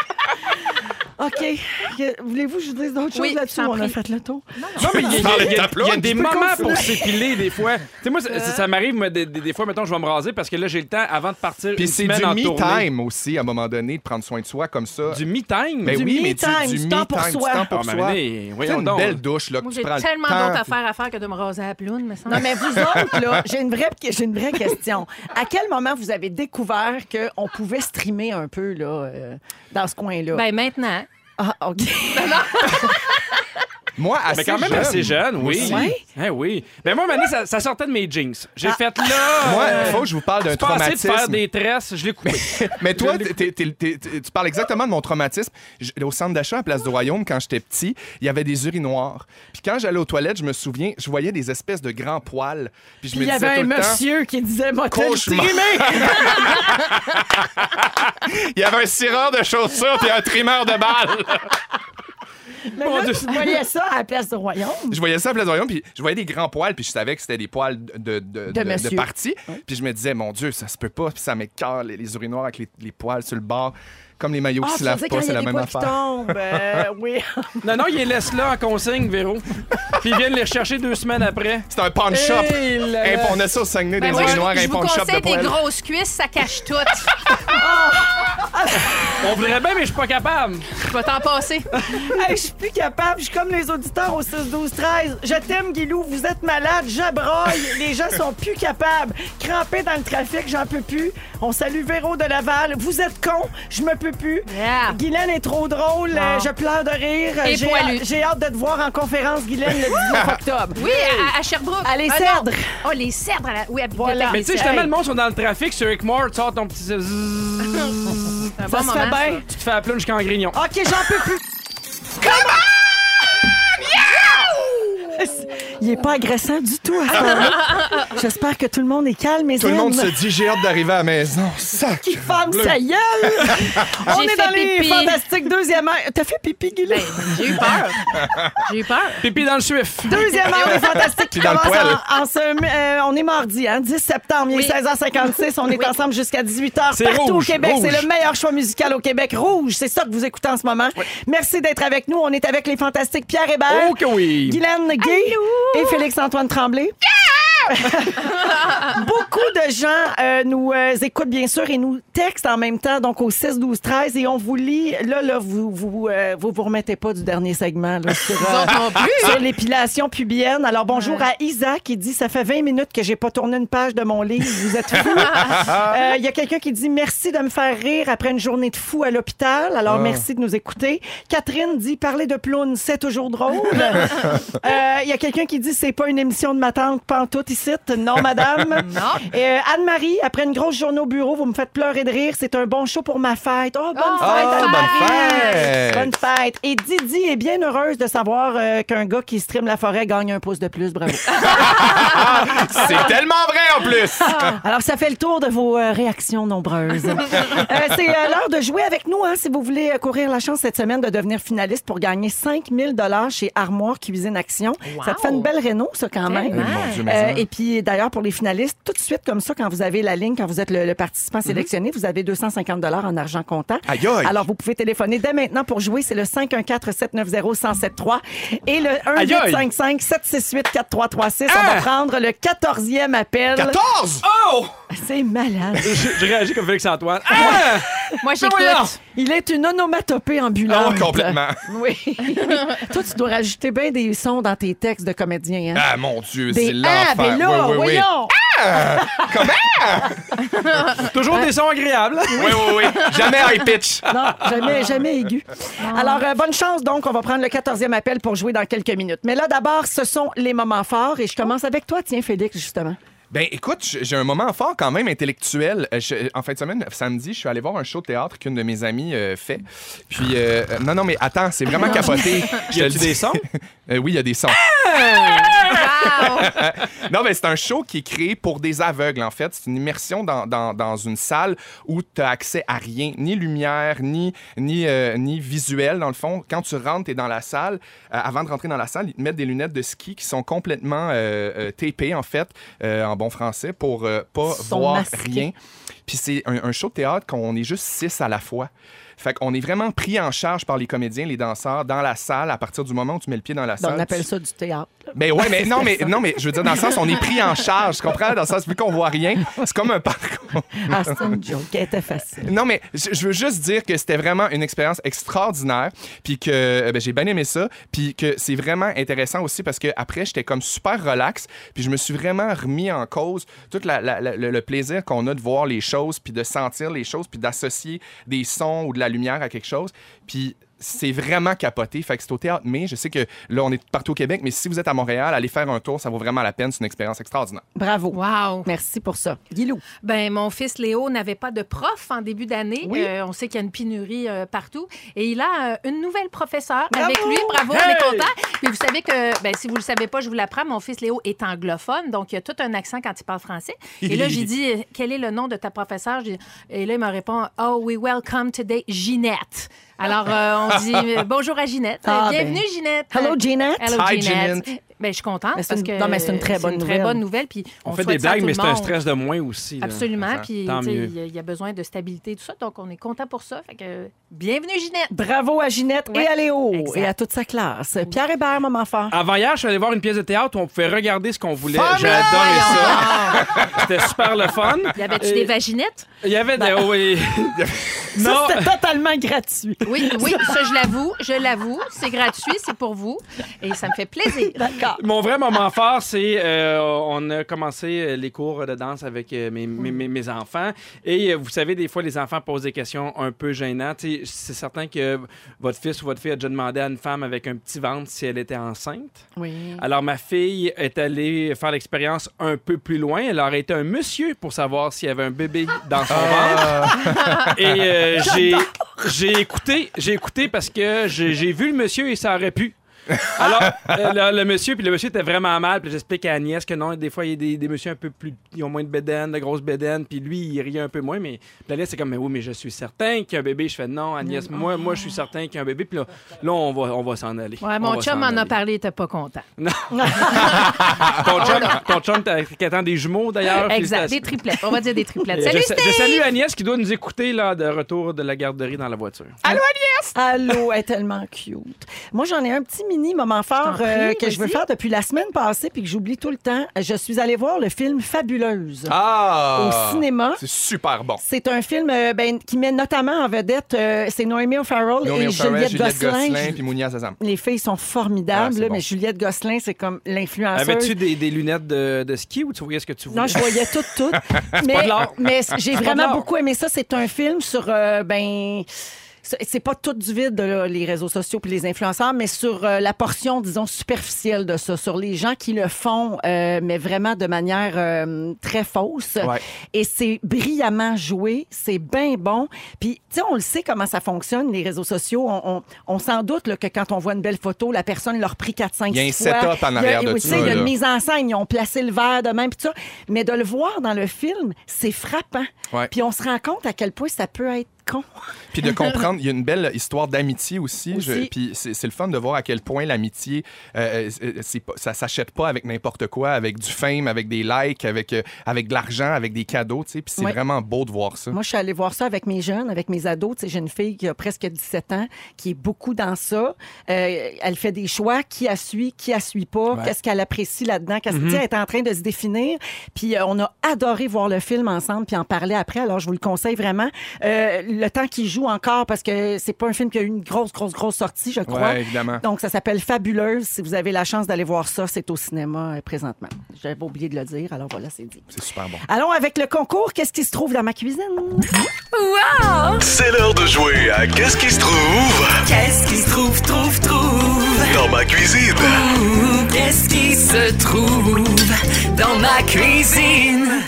OK. Que- Voulez-vous que je vous dise d'autres Oui, choses là-dessus? je t'en On a prie. fait le tour. Non, mais il y, a- il y a- il y a- il y a des peux moments continuer. pour s'épiler, des fois. Tu sais, moi, ça, ça- Euh. ça m'arrive, moi, des, des- des fois, mettons, je vais me raser parce que là, j'ai le temps avant de partir Puis une c'est du semaine en tournée. me-time aussi, à un moment donné, de prendre soin de soi comme ça. Du me-time? Ben Du oui, mais me-time, du, du du temps pour me-time, du soi. temps pour Ah, mais soi. venez, Tu sais, voyons une donc. belle douche, là, que Moi, tu j'ai prends le tellement temps, d'autres puis- affaires à faire que de me raser la ploune, mais ça. Non, mais vous autres, là, j'ai une vraie, j'ai une vraie question. À quel moment vous avez découvert qu'on pouvait streamer un peu là, euh, dans ce coin-là? Ben maintenant. ah, OK. Moi, assez Mais quand même assez jeune, oui. Ouais. Ah. Hein, oui. Ben moi, Mané, ça, ça sortait de mes jeans. J'ai fait là. Moi, euh, faut que je vous parle d'un c'est pas assez de traumatisme. faire des tresses, je l'ai <laughs> coupé. Mais toi, t'es- t'es- t'es- t'es- tu parles exactement de mon traumatisme. Je- au centre d'achat à Place du Royaume, quand j'étais petit, il y avait des urinoirs. Puis quand j'allais aux toilettes, je me souviens, je voyais des espèces de grands poils. Puis je Puis il me y disais avait un tout le temps- monsieur qui disait Moi, t'as le Cauchemar. streamé! <laughs> il y avait un cireur de chaussures puis un trimeur de balles. Mais là, tu voyais ça à la place du royaume. je voyais ça à Place du Royaume, puis je voyais des grands poils, puis je savais que c'était des poils de, de, de, de- de monsieur. parti. Puis je me disais, mon Dieu, ça se peut pas, puis ça m'écœure, les, les urinoirs avec les, les poils sur le bord, comme les maillots Ah, qui tu se veux lavent dire quand pas, il y c'est a la des même poils qui affaire. tombent, euh, oui. Non, non, il les laisse là en consigne, Véro. Puis ils viennent les rechercher deux semaines après. C'est un pawn shop. Hey là là. Un pawn- on a ça au Saguenay, Ben des moi, je, urinoirs, je un vous pawn shop de conseille des poils. grosses cuisses, ça cache tout. On voudrait bien, mais je suis pas capable. Je vais t'en passer. Hey, je suis plus capable. Je suis comme les auditeurs au 6 12 13. Je t'aime Guilou, vous êtes malade, j'abroille, les gens sont plus capables. Crampés dans le trafic, j'en peux plus. On salue Véro de Laval, vous êtes con, je me peux plus. Yeah. Guylaine est trop drôle, Wow. euh, je pleure de rire. Et J'ai poilu. hâte, j'ai hâte de te voir en conférence Guylaine le 19 octobre. Oui, à, à Sherbrooke. À les Ah, non. cèdres. Oh, les cèdres. à la- Oui, à la Voilà. bibliothèque Mais tu sais, des justement, Cèdres. le monde sont dans le trafic sur Rick Moore, tu sors ton petit. zzzz, C'est un Ça bon se fait moment, bien. Tu te fais la plume jusqu'en grignon. OK, j'en peux plus. <laughs> Il est pas agressant du tout à ce <laughs> moment-là. J'espère que tout le monde est calme et Tout le monde zen. se dit, j'ai hâte d'arriver à la <laughs> maison. Sac! qui ferme sa gueule. On J'ai est fait dans les pipi. fantastiques deuxième heure. T'as fait pipi, Guillaume? Ben, J'ai eu peur. J'ai eu peur. Pipi dans <laughs> le suif. Deuxième heure des fantastiques qui Puis dans le commence poêle. en, en ce- euh, on est mardi, hein, 10 septembre, il Oui. est 16h56, on est ensemble jusqu'à 18h C'est partout rouge, au Québec. rouge. C'est le meilleur choix musical au Québec. Rouge, c'est ça que vous écoutez en ce moment. Merci d'être avec nous. On est avec les fantastiques Pierre Hébert, Oh que oui! Guylaine Gay et Félix-Antoine Tremblay. Beaucoup de gens euh, nous euh, écoutent, bien sûr, et nous textent en même temps, donc au 6, 12, 13, et on vous lit. Là, là, vous vous, euh, vous, vous remettez pas du dernier segment là, sur, euh, sur l'épilation pubienne. Alors, bonjour à Isa qui dit Ça fait 20 minutes que j'ai pas tourné une page de mon livre, vous êtes fous. Euh, Il y a quelqu'un qui dit Merci de me faire rire après une journée de fou à l'hôpital. Alors, merci de nous écouter. Catherine dit Parler de ploune, c'est toujours drôle. Euh, Il y a quelqu'un qui dit C'est pas une émission de ma tante pantoute ici. Non, madame. <laughs> Non. Et, euh, Anne-Marie, après une grosse journée au bureau, vous me faites pleurer de rire. C'est un bon show pour ma fête. Oh, bonne Oh, fête, Oh, Anne-Marie. bonne fête! Bonne fête. Et Didi est bien heureuse de savoir euh, qu'un gars qui stream la forêt gagne un pouce de plus. Bravo. C'est tellement vrai en plus! Ah. Alors, ça fait le tour de vos euh, réactions <laughs> nombreuses. Euh, c'est euh, l'heure de jouer avec nous. hein, si vous voulez euh, courir la chance cette semaine de devenir finaliste pour gagner 5000 dollars chez Armoire Cuisine Action. Wow. Ça te fait une belle réno, ça, quand même. Tellement. Mon Dieu, mais Euh, ça. et puis d'ailleurs pour les finalistes, tout de suite comme ça, quand vous avez la ligne, quand vous êtes le, le participant sélectionné, vous avez 250 dollars en argent comptant. Mhm. Aïe, aïe. Alors vous pouvez téléphoner dès maintenant pour jouer, c'est le 514 790 1073 et le Aïe, aïe. 1855 768 4336. On Hein? va prendre le 14e appel. 14! Oh! C'est <laughs> malade. Je, je réagis comme Félix-Antoine. Ah! Moi, voyons. j'écoute. Il est une onomatopée ambulante. Oh, Ben complètement. Oui. <laughs> Toi, tu dois rajouter bien des sons dans tes textes de comédien. Hein? Ah, mon Dieu, c'est Des ah, l'enfer. mais là, Oui, oui, oui. voyons. Toujours des sons agréables. Oui, oui, oui. Jamais high pitch. Non, jamais, jamais aigu. Alors, euh, bonne chance donc. On va prendre le 14e appel pour jouer dans quelques minutes. Mais là, d'abord, ce sont les moments forts. Et je commence avec toi, tiens, Félix, justement. Ben écoute, j- j'ai un moment fort quand même intellectuel. Euh, je- en fin de semaine, samedi, je suis allé voir un show de théâtre qu'une de mes amies euh, fait. Puis euh, euh, non non mais attends, c'est vraiment capoté. Y a-tu Je te le des dis. sons? <laughs> Euh, oui, il y a des sons. Ah, oh, non mais c'est un show qui est créé pour des aveugles en fait. C'est une immersion dans, dans- dans une salle où tu as accès à rien, ni lumière, ni ni euh, ni visuel dans le fond. Quand tu rentres, tu es dans la salle, euh, avant de rentrer dans la salle, ils te mettent des lunettes de ski qui sont complètement euh, euh, tapées en fait euh, en bon français pour euh, pas Ils sont voir masqués. rien. Puis c'est un, un show de théâtre qu'on est juste six à la fois. Fait qu'on est vraiment pris en charge par les comédiens, les danseurs dans la salle à partir du moment où tu mets le pied dans la Donc, salle. Ben, on appelle tu- ça du théâtre. mais ouais, mais non, mais non, mais je veux dire dans le sens on est pris en charge, tu comprends Dans le sens vu qu'on voit rien, c'est comme un parcours. Ah, c'est une joke. Elle était facile. Non, mais je je veux juste dire que c'était vraiment une expérience extraordinaire, puis que euh, ben, j'ai bien aimé ça, puis que c'est vraiment intéressant aussi parce que après j'étais comme super relax, puis je me suis vraiment remis en cause tout la- la- la- le, le plaisir qu'on a de voir les choses, puis de sentir les choses, puis d'associer des sons ou de la lumière à quelque chose, puis c'est vraiment capoté. Fait que c'est au théâtre, mais je sais que là, on est partout au Québec, mais si vous êtes à Montréal, allez faire un tour, ça vaut vraiment la peine. C'est une expérience extraordinaire. Bravo. Wow! Merci pour ça. Guilou. Ben, mon fils Léo n'avait pas de prof en début d'année. Euh, on sait qu'il y a une pénurie euh, partout. Et il a euh, une nouvelle professeure avec lui. Bravo, on est content. Mais vous savez que, ben, si vous ne le savez pas, je vous l'apprends, mon fils Léo est anglophone, donc il a tout un accent quand il parle français. Et <laughs> là, j'ai dit, euh, quel est le nom de ta professeure? J'ai- Et là, il me répond, Oh, we welcome today Ginette. Alors, euh, on <laughs> dit euh, bonjour à Ginette. Euh, Ah, ben. Bienvenue, Ginette. Hello, Euh, Ginette. Hello, Hi, Ginette. Ginette. Ben, je suis contente. Mais c'est parce une- que non, mais c'est une très bonne nouvelle. puis On, on fait des souhaite ça à blagues, tout mais le c'est un monde. stress de moins aussi. là. Absolument, Exact. puis Tant tu sais, mieux. il y a- il y a besoin de stabilité, tout ça. Donc, on est content pour ça. Fait que, bienvenue, Ginette. Bravo à Ginette Ouais. et à Léo Exact. et à toute sa classe. Pierre Hébert, maman fort. Avant hier, je suis allé voir une pièce de théâtre où on pouvait regarder ce qu'on voulait. J'ai adoré ça. <laughs> C'était super le fun. Y avait-tu Euh, des vaginettes? Il y avait Ben, des. oh oui. Ça, non. c'était totalement gratuit. Oui, oui, ça, je l'avoue, je l'avoue. C'est gratuit, c'est pour vous. Et ça me fait plaisir. D'accord. Mon vrai moment <laughs> fort, c'est euh, on a commencé euh, les cours de danse avec euh, mes, mes- mes- mes enfants. Et euh, vous savez, des fois, les enfants posent des questions un peu gênantes. Tu sais, C'est certain que votre fils ou votre fille a déjà demandé à une femme avec un petit ventre si elle était enceinte. Oui. Alors, ma fille est allée faire l'expérience un peu plus loin. Elle aurait été un monsieur pour savoir s'il y avait un bébé dans son ventre. Et euh, j'ai, j'ai écouté, j'ai écouté parce que j'ai, j'ai vu le monsieur et ça aurait pu. Alors, euh, le, le monsieur, puis le monsieur était vraiment mal. Puis j'explique à Agnès que non, des fois, il y a des, des messieurs un peu plus. Ils ont moins de bédaine, de grosses bédaines. Puis lui, il riait un peu moins. Mais puis Agnès, c'est comme, mais oui, mais je suis certain qu'il y a un bébé. Je fais non, Mm. Agnès, moi, moi je suis certain qu'il y a un bébé. Puis là, là, on va, on va s'en aller. Ouais, On mon va chum s'en m'en a aller. parlé, il était pas content. Ton chum, ton chum t'a- qui attend des jumeaux, Exact, d'ailleurs. des Ah, félicitations. triplettes. On va dire des triplettes. Et Salut, je, sa- je Steve! salue Agnès qui doit nous écouter là, de retour de la garderie dans la voiture. Allô, elle est tellement cute. Moi, j'en ai un petit mini moment Je t'en fort prie, euh, que je veux vas-y. faire depuis la semaine passée puis que j'oublie tout le temps. Je suis allée voir le film Fabuleuse Ah au cinéma. C'est super bon. C'est un film euh, ben, qui met notamment en vedette, euh, c'est Noémie O'Farrell Naomi et O'Farrell, Juliette, Gosselin. puis Mounia Sazam. Les filles sont formidables, Ah, c'est là, bon. mais Juliette Gosselin, c'est comme l'influenceuse. Avais-tu des, des lunettes de, de ski ou tu voyais ce que tu voulais? Ah, Non, je voyais tout, <laughs> tout. mais pas de l'art. mais j'ai pas de l'art. vraiment beaucoup aimé ça. C'est un film sur, euh, ben... c'est- C'est pas tout du vide, là, les réseaux sociaux puis les influenceurs, mais sur euh, la portion, disons, superficielle de ça, sur les gens qui le font, euh, mais vraiment de manière euh, très fausse. Ouais. Et c'est brillamment joué, c'est bien bon. Puis, tu sais, on le sait comment ça fonctionne, les réseaux sociaux. On, on, on s'en doute là, que quand on voit une belle photo, la personne l'a repris 4-5 Il y a fois. un setup en Il y a- arrière de oui, tout tu sais, Il y a ça, une là. mise en scène, ils ont placé le verre de même, puis tout ça. Mais de le voir dans le film, c'est frappant. Ouais. Puis on se rend compte à quel point ça peut être con. Puis <laughs> de comprendre, il y a une belle histoire d'amitié aussi. Je- Aussi. puis c'est c'est le fun de voir à quel point l'amitié, euh, euh, c'est pas- ça s'achète pas avec n'importe quoi, avec du fame, avec des likes, avec, euh, avec de l'argent, avec des cadeaux. tu sais. Puis c'est Ouais. vraiment beau de voir ça. Moi, je suis allée voir ça avec mes jeunes, avec mes ados. Tu sais, J'ai une fille qui a presque 17 ans, qui est beaucoup dans ça. Euh, elle fait des choix, qui la suit, qui la suit pas, qu'est-ce qu'elle apprécie là-dedans, qu'est-ce Mhm. qu'elle est en train de se définir. Puis euh, on a adoré voir le film ensemble, puis en parler après. Alors, je vous le conseille vraiment. Euh, le temps qu'il joue encore parce que c'est pas un film qui a eu une grosse, grosse, grosse sortie, je crois. Ouais, évidemment. Donc, ça s'appelle Fabuleuse. Si vous avez la chance d'aller voir ça, c'est au cinéma euh, présentement. J'avais oublié de le dire, alors voilà, c'est dit. C'est super bon. Allons avec le concours. Qu'est-ce qui se trouve dans ma cuisine? C'est l'heure de jouer à Qu'est-ce qui se trouve Qu'est-ce qui se trouve, trouve, trouve? dans ma cuisine. Ouh, Qu'est-ce qui se trouve dans ma cuisine?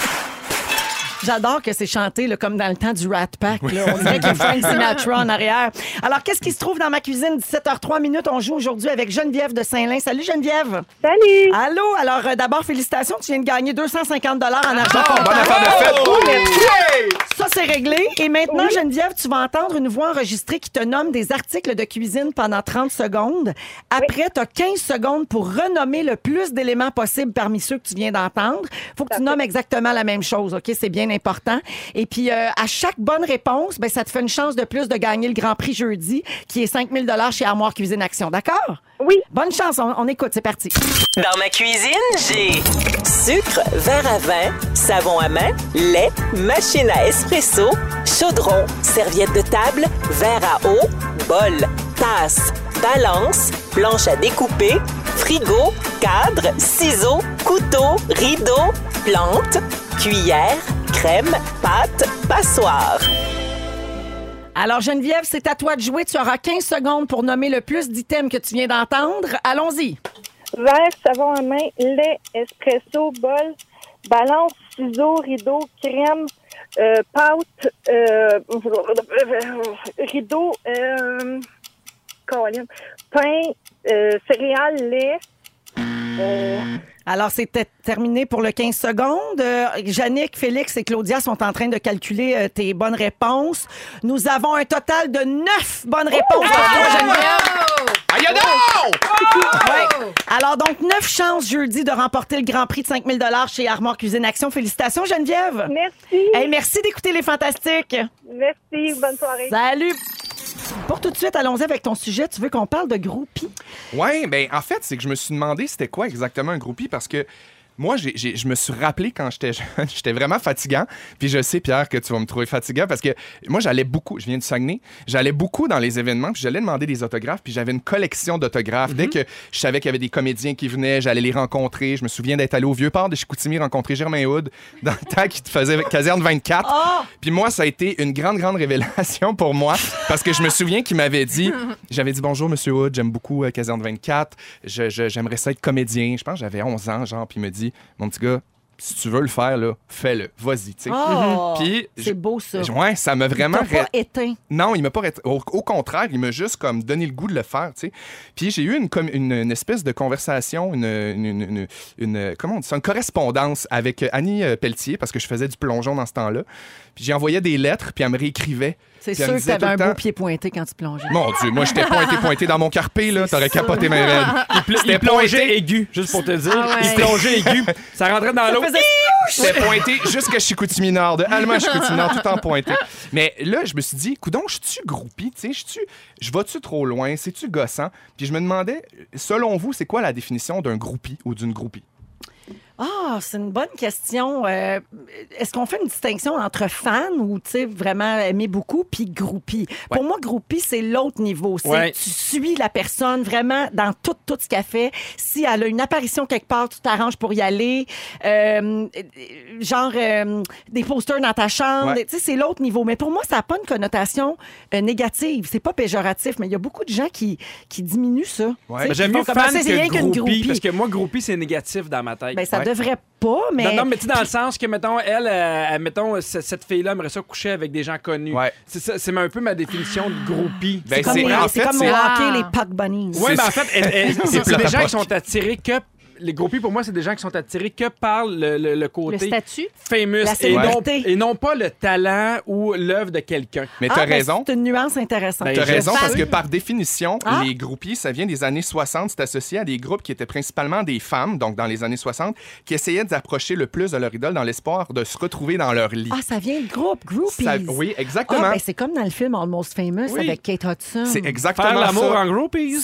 J'adore que c'est chanté là, comme dans le temps du Rat Pack. là. On dirait qu'il y a Frank Sinatra en arrière. Alors, qu'est-ce qui se trouve dans ma cuisine? 17h03 minutes. On joue aujourd'hui avec Geneviève de Saint-Lin. Salut Geneviève. Salut! Allô? Alors, euh, d'abord, félicitations. Tu viens de gagner 250 en argent comptant. Bonne affaire de fête! Ça, c'est réglé. Et maintenant, Geneviève, tu vas entendre une voix enregistrée qui te nomme des articles de cuisine pendant 30 secondes. Après, tu as 15 secondes pour renommer le plus d'éléments possibles parmi ceux que tu viens d'entendre. faut que tu nommes exactement la même chose, OK? C'est bien important. Et puis, euh, à chaque bonne réponse, ben, ça te fait une chance de plus de gagner le Grand Prix jeudi, qui est 5 000 chez Armoire Cuisine Action. D'accord? Oui. Bonne chance. On, on écoute. C'est parti. Dans ma cuisine, j'ai sucre, verre à vin, savon à main, lait, machine à espresso, chaudron, serviette de table, verre à eau, bol, tasse, balance, planche à découper, frigo, cadre, ciseaux, couteau, rideau, plante, cuillère, crème, pâte, passoire. Alors, Geneviève, c'est à toi de jouer. Tu auras 15 secondes pour nommer le plus d'items que tu viens d'entendre. Allons-y. Verre, savon à main, lait, espresso, bol, balance, ciseaux, rideau, crème, euh, pâte, euh, rideau, euh, colline, pain, euh, céréales, lait. Euh, Alors, c'était terminé pour le 15 secondes. Euh, Yannick, Félix et Claudia sont en train de calculer euh, tes bonnes réponses. Nous avons un total de 9 bonnes réponses. pour toi, Geneviève. Aïe, non! Ouais. Alors, donc, 9 chances jeudi de remporter le Grand Prix de 5000 chez Armoire Cuisine Action. Félicitations, Geneviève. merci. Hey, merci d'écouter les fantastiques. Merci. Bonne soirée. Salut. Pour tout de suite, allons-y avec ton sujet. Tu veux qu'on parle de groupies? Oui, ben en fait, c'est que je me suis demandé c'était quoi exactement un groupie parce que moi, j'ai- j'ai- je me suis rappelé quand j'étais jeune, <laughs> j'étais vraiment fatigant. Puis je sais, Pierre, que tu vas me trouver fatigant parce que moi, j'allais beaucoup, je viens du Saguenay, j'allais beaucoup dans les événements, puis j'allais demander des autographes, puis j'avais une collection d'autographes. Dès que je savais qu'il y avait des comédiens qui venaient, j'allais les rencontrer. Je me souviens d'être allé au Vieux-Port de Chicoutimi rencontrer Germain Hood dans le temps qu'il te faisait caserne 24. Puis moi, ça a été une grande, grande révélation pour moi parce que je me souviens qu'il m'avait dit j'avais dit bonjour, monsieur Hood, j'aime beaucoup euh, Caserne 24, Je- je- j'aimerais ça être comédien. Je pense que j'avais 11 ans, genre, puis il me dit mon petit gars, si tu veux le faire, là, fais-le, vas-y, tu sais. Oh, Puis, c'est je- beau ça. Ouais, ça m'a Mhm. vraiment. T'as ré- pas éteint. non, il m'a pas. ret- Au, au contraire, il m'a juste comme donné le goût de le faire, tu sais. Puis j'ai eu une, com- une, une espèce de conversation, une, une, une- une- une- comment on dit ça, une correspondance avec Annie euh, Pelletier parce que je faisais du plongeon dans ce temps-là. Puis j'ai envoyé des lettres, puis elle me réécrivait. C'est Puis elle sûr me que disait t'avais un tout le beau temps, pied pointé quand tu plongeais. Mon Dieu, moi j'étais pointé pointé dans mon carpé là, t'aurais capoté mes rêves. Il plongeait aigu, juste pour te dire. Ah ouais. Il plongeait aigu. <laughs> Ça rentrait dans l'eau. J'étais pointé jusqu'à Chicoutimi Nord, de Allemand à Chicoutimi Nord, tout en <laughs> pointé. Mais là, je me suis dit, coudon, je suis groupie, tu sais, je suis, je vais-tu trop loin, c'est-tu gossant? Puis je me demandais, selon vous, c'est quoi la définition d'un groupie ou d'une groupie? Ah, c'est une bonne question. Euh, Est-ce qu'on fait une distinction entre fan ou tu sais vraiment aimer beaucoup puis groupie Pour moi, groupie c'est l'autre niveau. C'est Ouais. tu suis la personne vraiment dans tout tout ce qu'elle fait. Si elle a une apparition quelque part, tu t'arranges pour y aller. Euh, euh, genre euh, des posters dans ta chambre. Ouais. Tu sais, c'est l'autre niveau. Mais pour moi, ça n'a pas une connotation euh, négative. C'est pas péjoratif, mais il y a beaucoup de gens qui qui diminuent ça. Tu Ouais. sais, Ben, J'aime qui mieux font fan comme, Ah, c'est rien que qu'une groupie, parce que moi, groupie, c'est négatif dans ma tête. Ben, ça Ouais. devrait pas, mais. Non, non, mais tu sais, dans le sens que, mettons, elle, euh, mettons, c- cette fille-là aimerait ça coucher avec des gens connus. Ouais. C'est ça- C'est un peu ma définition de groupie. Ben, comme c'est- les- en c'est fait, comme c'est- au hockey, Ah. les puck bunnies. Oui, mais en fait, elle- <laughs> elle- c'est c'est plate des à gens qui poc. sont attirés que. Les groupies, pour moi, c'est des gens qui sont attirés que par le, le- le Le côté statut. famous La et non, célébrité. et non pas le talent ou l'œuvre de quelqu'un. Mais Ah, t'as ben, raison. C'est une nuance intéressante. Ben, T'as je raison, sais. parce que par définition, Ah. les groupies, ça vient des années 60, c'est associé à des groupes qui étaient principalement des femmes, donc dans les années 60, qui essayaient d'approcher le plus de leur idole dans l'espoir de se retrouver dans leur lit. Ah, ça vient de groupe, groupies. Ça- oui, Ah, exactement. ben, c'est comme dans le film Almost Famous Oui. avec Kate Hudson. c'est exactement Faire l'amour ça. en groupies.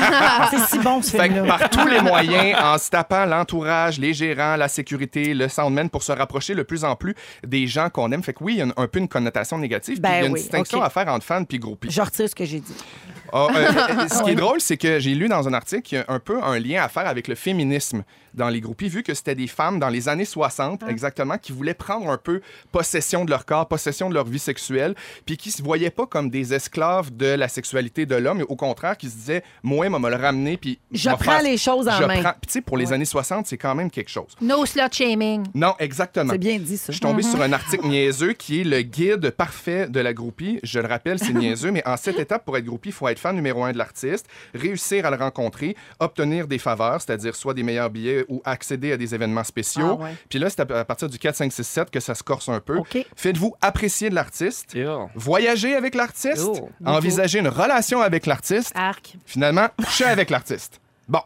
Ah, c'est si bon, ce <laughs> Fait que film-là. <laughs> par tous les moyens, en se tapant l'entourage, les gérants, la sécurité, le soundman pour se rapprocher le plus en plus des gens qu'on aime. Fait que oui, il y a un, un peu une connotation négative. puis Ben il y a une oui, distinction ok. à faire entre fan puis groupie. Je retire ce que j'ai dit. <laughs> Ah, euh, euh, ce qui est drôle, c'est que j'ai lu dans un article qu'il y a un peu un lien à faire avec le féminisme dans les groupies, vu que c'était des femmes dans les années 60, Ah. exactement, qui voulaient prendre un peu possession de leur corps, possession de leur vie sexuelle, puis qui se voyaient pas comme des esclaves de la sexualité de l'homme, mais au contraire, qui se disaient, moi, moi, me le ramener, puis... Je m'a prends faire- les choses en je main. prends- Puis tu sais, pour les années 60, c'est quand même quelque chose. No slut shaming. Non, exactement. C'est bien dit, ça. Mhm. Je suis tombé sur un article niaiseux qui est le guide parfait de la groupie. Je le rappelle, c'est niaiseux, mais en cette étape, pour être groupie, il faut être fan numéro un de l'artiste, réussir à le rencontrer, obtenir des faveurs, c'est-à-dire soit des meilleurs billets ou accéder à des événements spéciaux. Ah ouais. Puis là, c'est à à partir du 4, 5, 6, 7 que ça se corse un peu. OK. Faites-vous apprécier de l'artiste, Yo. voyager avec l'artiste, Oh, envisager une relation avec l'artiste, Ah. Arc. finalement, coucher avec l'artiste. Bon,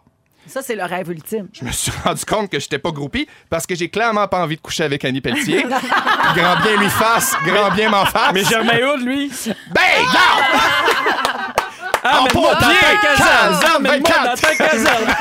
Ça, c'est le rêve ultime. je me suis rendu compte que j'étais pas groupie parce que j'ai clairement pas envie de coucher avec Annie Pelletier. <laughs> grand bien lui fasse, grand bien m'en fasse. Mais Germain Hood, lui. Ben, non! Ah, En mais moi, dans pompier, ta caserne. 15, Ah, mais moi, 24. dans ta caserne.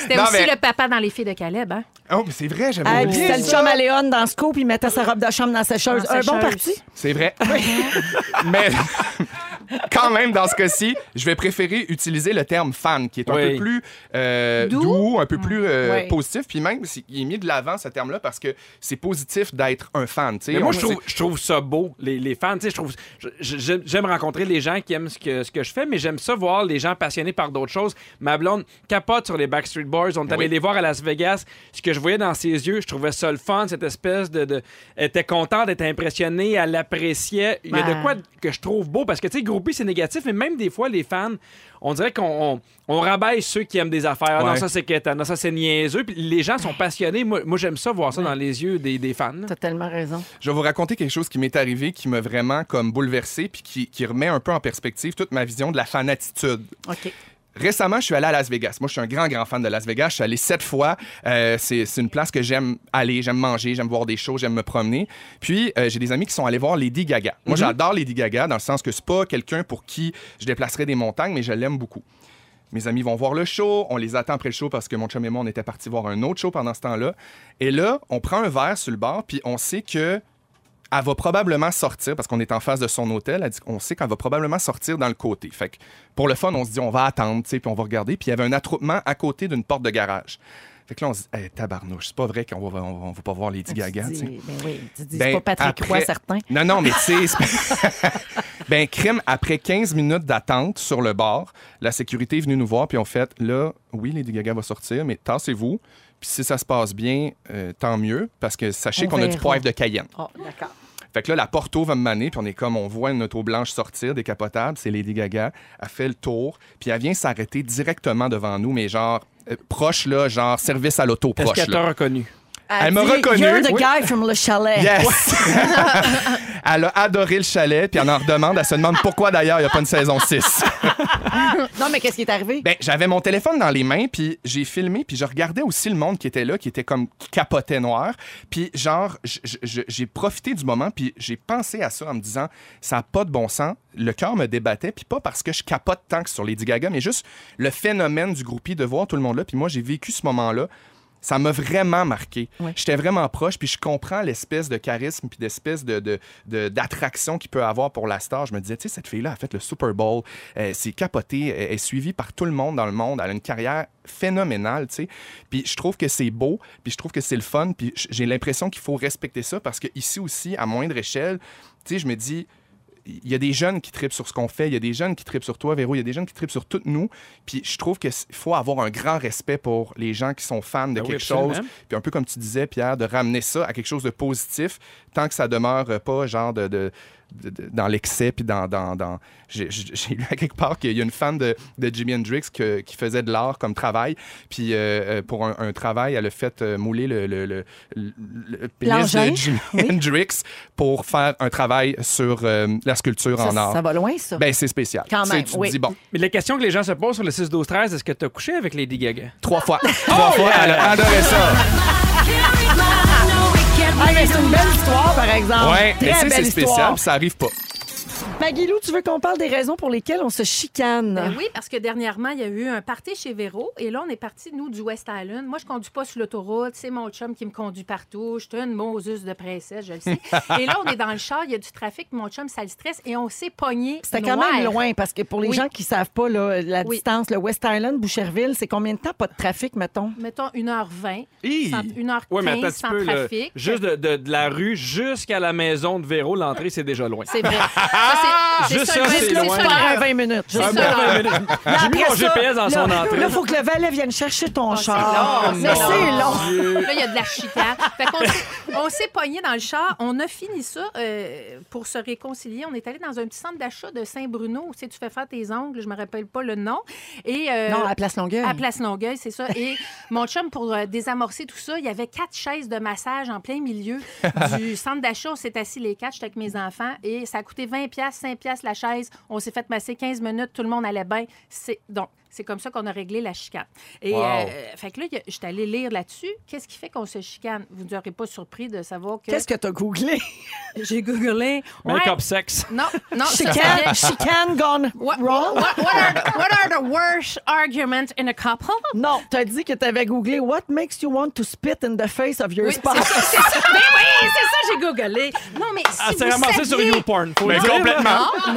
C'était Non, aussi mais- le papa dans les filles de Caleb, hein? Oh, mais c'est vrai, j'aime Ah, bien puis c'était le ça. chum à Léon dans ce coup, puis il mettait sa robe de chambre dans la sécheuse. Dans Un la bon sécheuse. parti. C'est vrai. <laughs> mais <laughs> quand même, dans ce cas-ci, je vais préférer utiliser le terme fan, qui est un Oui. peu plus euh, doux. Doux. un peu plus euh, Oui. positif. Puis même, c'est- il est mis de l'avant, ce terme-là, parce que c'est positif d'être un fan. tu sais. Mais moi, On- je trouve, je trouve ça beau, les, les fans. Tu sais, je trouve, je- je- j'aime rencontrer les gens qui aiment ce que, ce que je fais, mais j'aime ça voir les gens passionnés par d'autres choses. Ma blonde capote sur les Backstreet Boys. On est allé Ben Oui. les voir à Las Vegas. Ce que je voyais dans ses yeux, je trouvais ça le fun, cette espèce de. de- elle était contente, elle était impressionnée, elle l'appréciait. Il y a Ouais. Ben. de quoi que je trouve beau, parce que, tu sais, groupie, c'est négatif, mais même des fois, les fans, on dirait qu'on on, on rabaisse ceux qui aiment des affaires. Ah non, Ouais. ça, c'est quétaine. Non, ça, c'est niaiseux. Puis les gens sont passionnés. Moi, moi, j'aime ça, voir ça dans les yeux des, des fans. T'as tellement raison. Je vais vous raconter quelque chose qui m'est arrivé, qui m'a vraiment comme bouleversé, puis qui, qui remet un peu en perspective toute ma vision de la fanatitude. OK. Récemment, je suis allé à Las Vegas. Moi, je suis un grand, grand fan de Las Vegas. Je suis allé sept fois. Euh, c'est c'est une place que j'aime aller, j'aime manger, j'aime voir des shows, j'aime me promener. Puis, euh, j'ai des amis qui sont allés voir Lady Gaga. Moi, j'adore Lady Gaga dans le sens que c'est pas quelqu'un pour qui je déplacerais des montagnes, mais je l'aime beaucoup. Mes amis vont voir le show, on les attend après le show parce que mon chum et moi, on était partis voir un autre show pendant ce temps-là. Et là, on prend un verre sur le bar, puis on sait que elle va probablement sortir, parce qu'on est en face de son hôtel, elle dit qu'on sait qu'elle va probablement sortir dans le côté. Fait que pour le fun, on se dit, on va attendre, tu sais, puis on va regarder. Puis il y avait un attroupement à côté d'une porte de garage. Fait que là, on se dit, Hey, tabarnouche, c'est pas vrai qu'on va, on va- on va pas voir Lady Gaga, tu Tu sais. dis- ben oui, tu dis, Ben, c'est pas Patrick Roy, après- certain. Non, non, mais tu sais. c'est- <laughs> ben, crime, après 15 minutes d'attente sur le bord, la sécurité est venue nous voir, puis on fait là, oui, Lady Gaga va sortir, mais tassez-vous. Puis si ça se passe bien, euh, tant mieux, parce que sachez On qu'on a du verra. poivre de Cayenne. Oh, d'accord. Fait que là, la porto va me maner, puis on est comme, on voit une auto blanche sortir, décapotable, c'est Lady Gaga. Elle fait le tour, puis elle vient s'arrêter directement devant nous, mais genre, euh, proche, là, genre, service à l'auto, Est-ce proche. qu'elle là. t'a reconnu? Elle m'a dit, reconnu. You're the Oui. guy from Le Chalet. Yes! <laughs> elle a adoré le chalet, puis elle en redemande. Elle se demande pourquoi d'ailleurs il n'y a pas une saison 6. Non, mais qu'est-ce qui est arrivé? Ben, j'avais mon téléphone dans les mains, puis j'ai filmé, puis je regardais aussi le monde qui était là, qui était comme qui capotait noir. Puis genre, j- j- j- j'ai profité du moment, puis j'ai pensé à ça en me disant, ça n'a pas de bon sens. Le cœur me débattait, puis pas parce que je capote tant que sur Lady Gaga, mais juste le phénomène du groupie, de voir tout le monde là. Puis moi, j'ai vécu ce moment-là. Ça m'a vraiment marqué. J'étais vraiment proche, puis je comprends l'espèce de charisme, puis d'espèce de, de- de- d'attraction qu'il peut avoir pour la star. Je me disais, tu sais, cette fille-là a fait le Super Bowl, euh, c'est capoté, elle est suivie par tout le monde dans le monde, elle a une carrière phénoménale, tu sais. Puis je trouve que c'est beau, puis je trouve que c'est le fun, puis j- j'ai l'impression qu'il faut respecter ça, parce que ici aussi, à moindre échelle, tu sais, je me dis, il y a des jeunes qui tripent sur ce qu'on fait, il y a des jeunes qui tripent sur toi, Véro, il y a des jeunes qui tripent sur toutes nous. Puis je trouve qu'il faut avoir un grand respect pour les gens qui sont fans de Ben oui, quelque absolument. chose. Puis un peu comme tu disais, Pierre, de ramener ça à quelque chose de positif, tant que ça demeure euh, pas genre de... de- de- de- dans l'excès, puis dans... dans, dans... J'ai j'ai- j'ai lu à quelque part qu'il y a une fan de, de Jimi Hendrix que- qui faisait de l'art comme travail, puis euh, euh, pour un, un travail, elle a fait euh, mouler le, le, le- le- le pénis L'engin, de Jimi Hendrix pour faire un travail sur euh, la sculpture Ça, en ça or. va loin, ça. Ben, c'est spécial. Quand Tu sais, même, tu te oui. dis, bon, Mais la question que les gens se posent sur le 6-12-13, est-ce que t'as couché avec Lady Gaga? <laughs> trois fois. Oh, trois fois, yeah! elle a adoré ça. Ah, mais c'est une belle histoire, par exemple. Ouais, Très mais tu sais, c'est Ah, belle histoire. spécial, puis ça arrive pas. Maguilou, tu veux qu'on parle des raisons pour lesquelles on se chicane? Ben oui, parce que dernièrement, il y a eu un party chez Véro. Et là, on est parti, nous, du West Island. Moi, je conduis pas sur l'autoroute. C'est mon chum qui me conduit partout. Je suis une Moses de princesse, je le sais. et là, on est dans le char. Il y a du trafic. Mon chum, ça le stresse. Et on s'est pogné. C'était quand même loin, parce que pour les Oui. gens qui savent pas là, la Oui. distance, le West Island, Boucherville, c'est combien de temps pas de trafic, mettons? Mettons 1h20, Hi! sans- 1h15 Oui, mais attends un petit sans peu. là. trafic. Juste de, de- de la rue jusqu'à la maison de Véro, l'entrée, c'est déjà loin. C'est vrai. Ça, c'est- Juste Ah, c'est ça, juste c'est le loin. seul- Par un 20 minutes. C'est ça. Un bon vingt minutes. Là, J'ai mis après mon ça, GPS dans son là, entrée. Là, il faut que le valet vienne chercher ton Ah, c'est char. long, Mais c'est c'est long. long. Là, il y a de la chicane. Fait qu'on s'est- on s'est pogné dans le char. On a fini ça euh, pour se réconcilier. On est allé dans un petit centre d'achat de Saint-Bruno où tu sais, tu fais faire tes ongles. Je me rappelle pas le nom. Et, euh, Non, à Place Longueuil. à Place Longueuil, c'est ça. Et mon chum, pour euh, désamorcer tout ça, il y avait quatre chaises de massage en plein milieu du centre d'achat. On s'est assis les quatre, j'étais avec mes enfants, et ça a coûté 20 pièces, 5 pièces la chaise. On s'est fait masser 15 minutes, tout le monde allait bien. C'est donc c'est comme ça qu'on a réglé la chicane. Et Wow. euh, fait que là, il y a- j'étais allée lire là-dessus. Qu'est-ce qui fait qu'on se chicane Vous n'aurez pas surpris de savoir que Qu'est-ce que t'as googlé? j'ai googlé. Ouais. Make-up sex. Non, non, ça, Ah, c'est- Chicane, chicane gone What, wrong? what- what are the, what are the worst arguments in a couple? Non, t'as dit que t'avais googlé What makes you want to spit in the face of your Oui, c'est ça, spouse? c'est ça. Mais oui, c'est ça, j'ai googlé. Non, mais si Ah, vous c'est saviez- ramassé sur YouPorn. Faut Mais le dire, complètement. là. Non,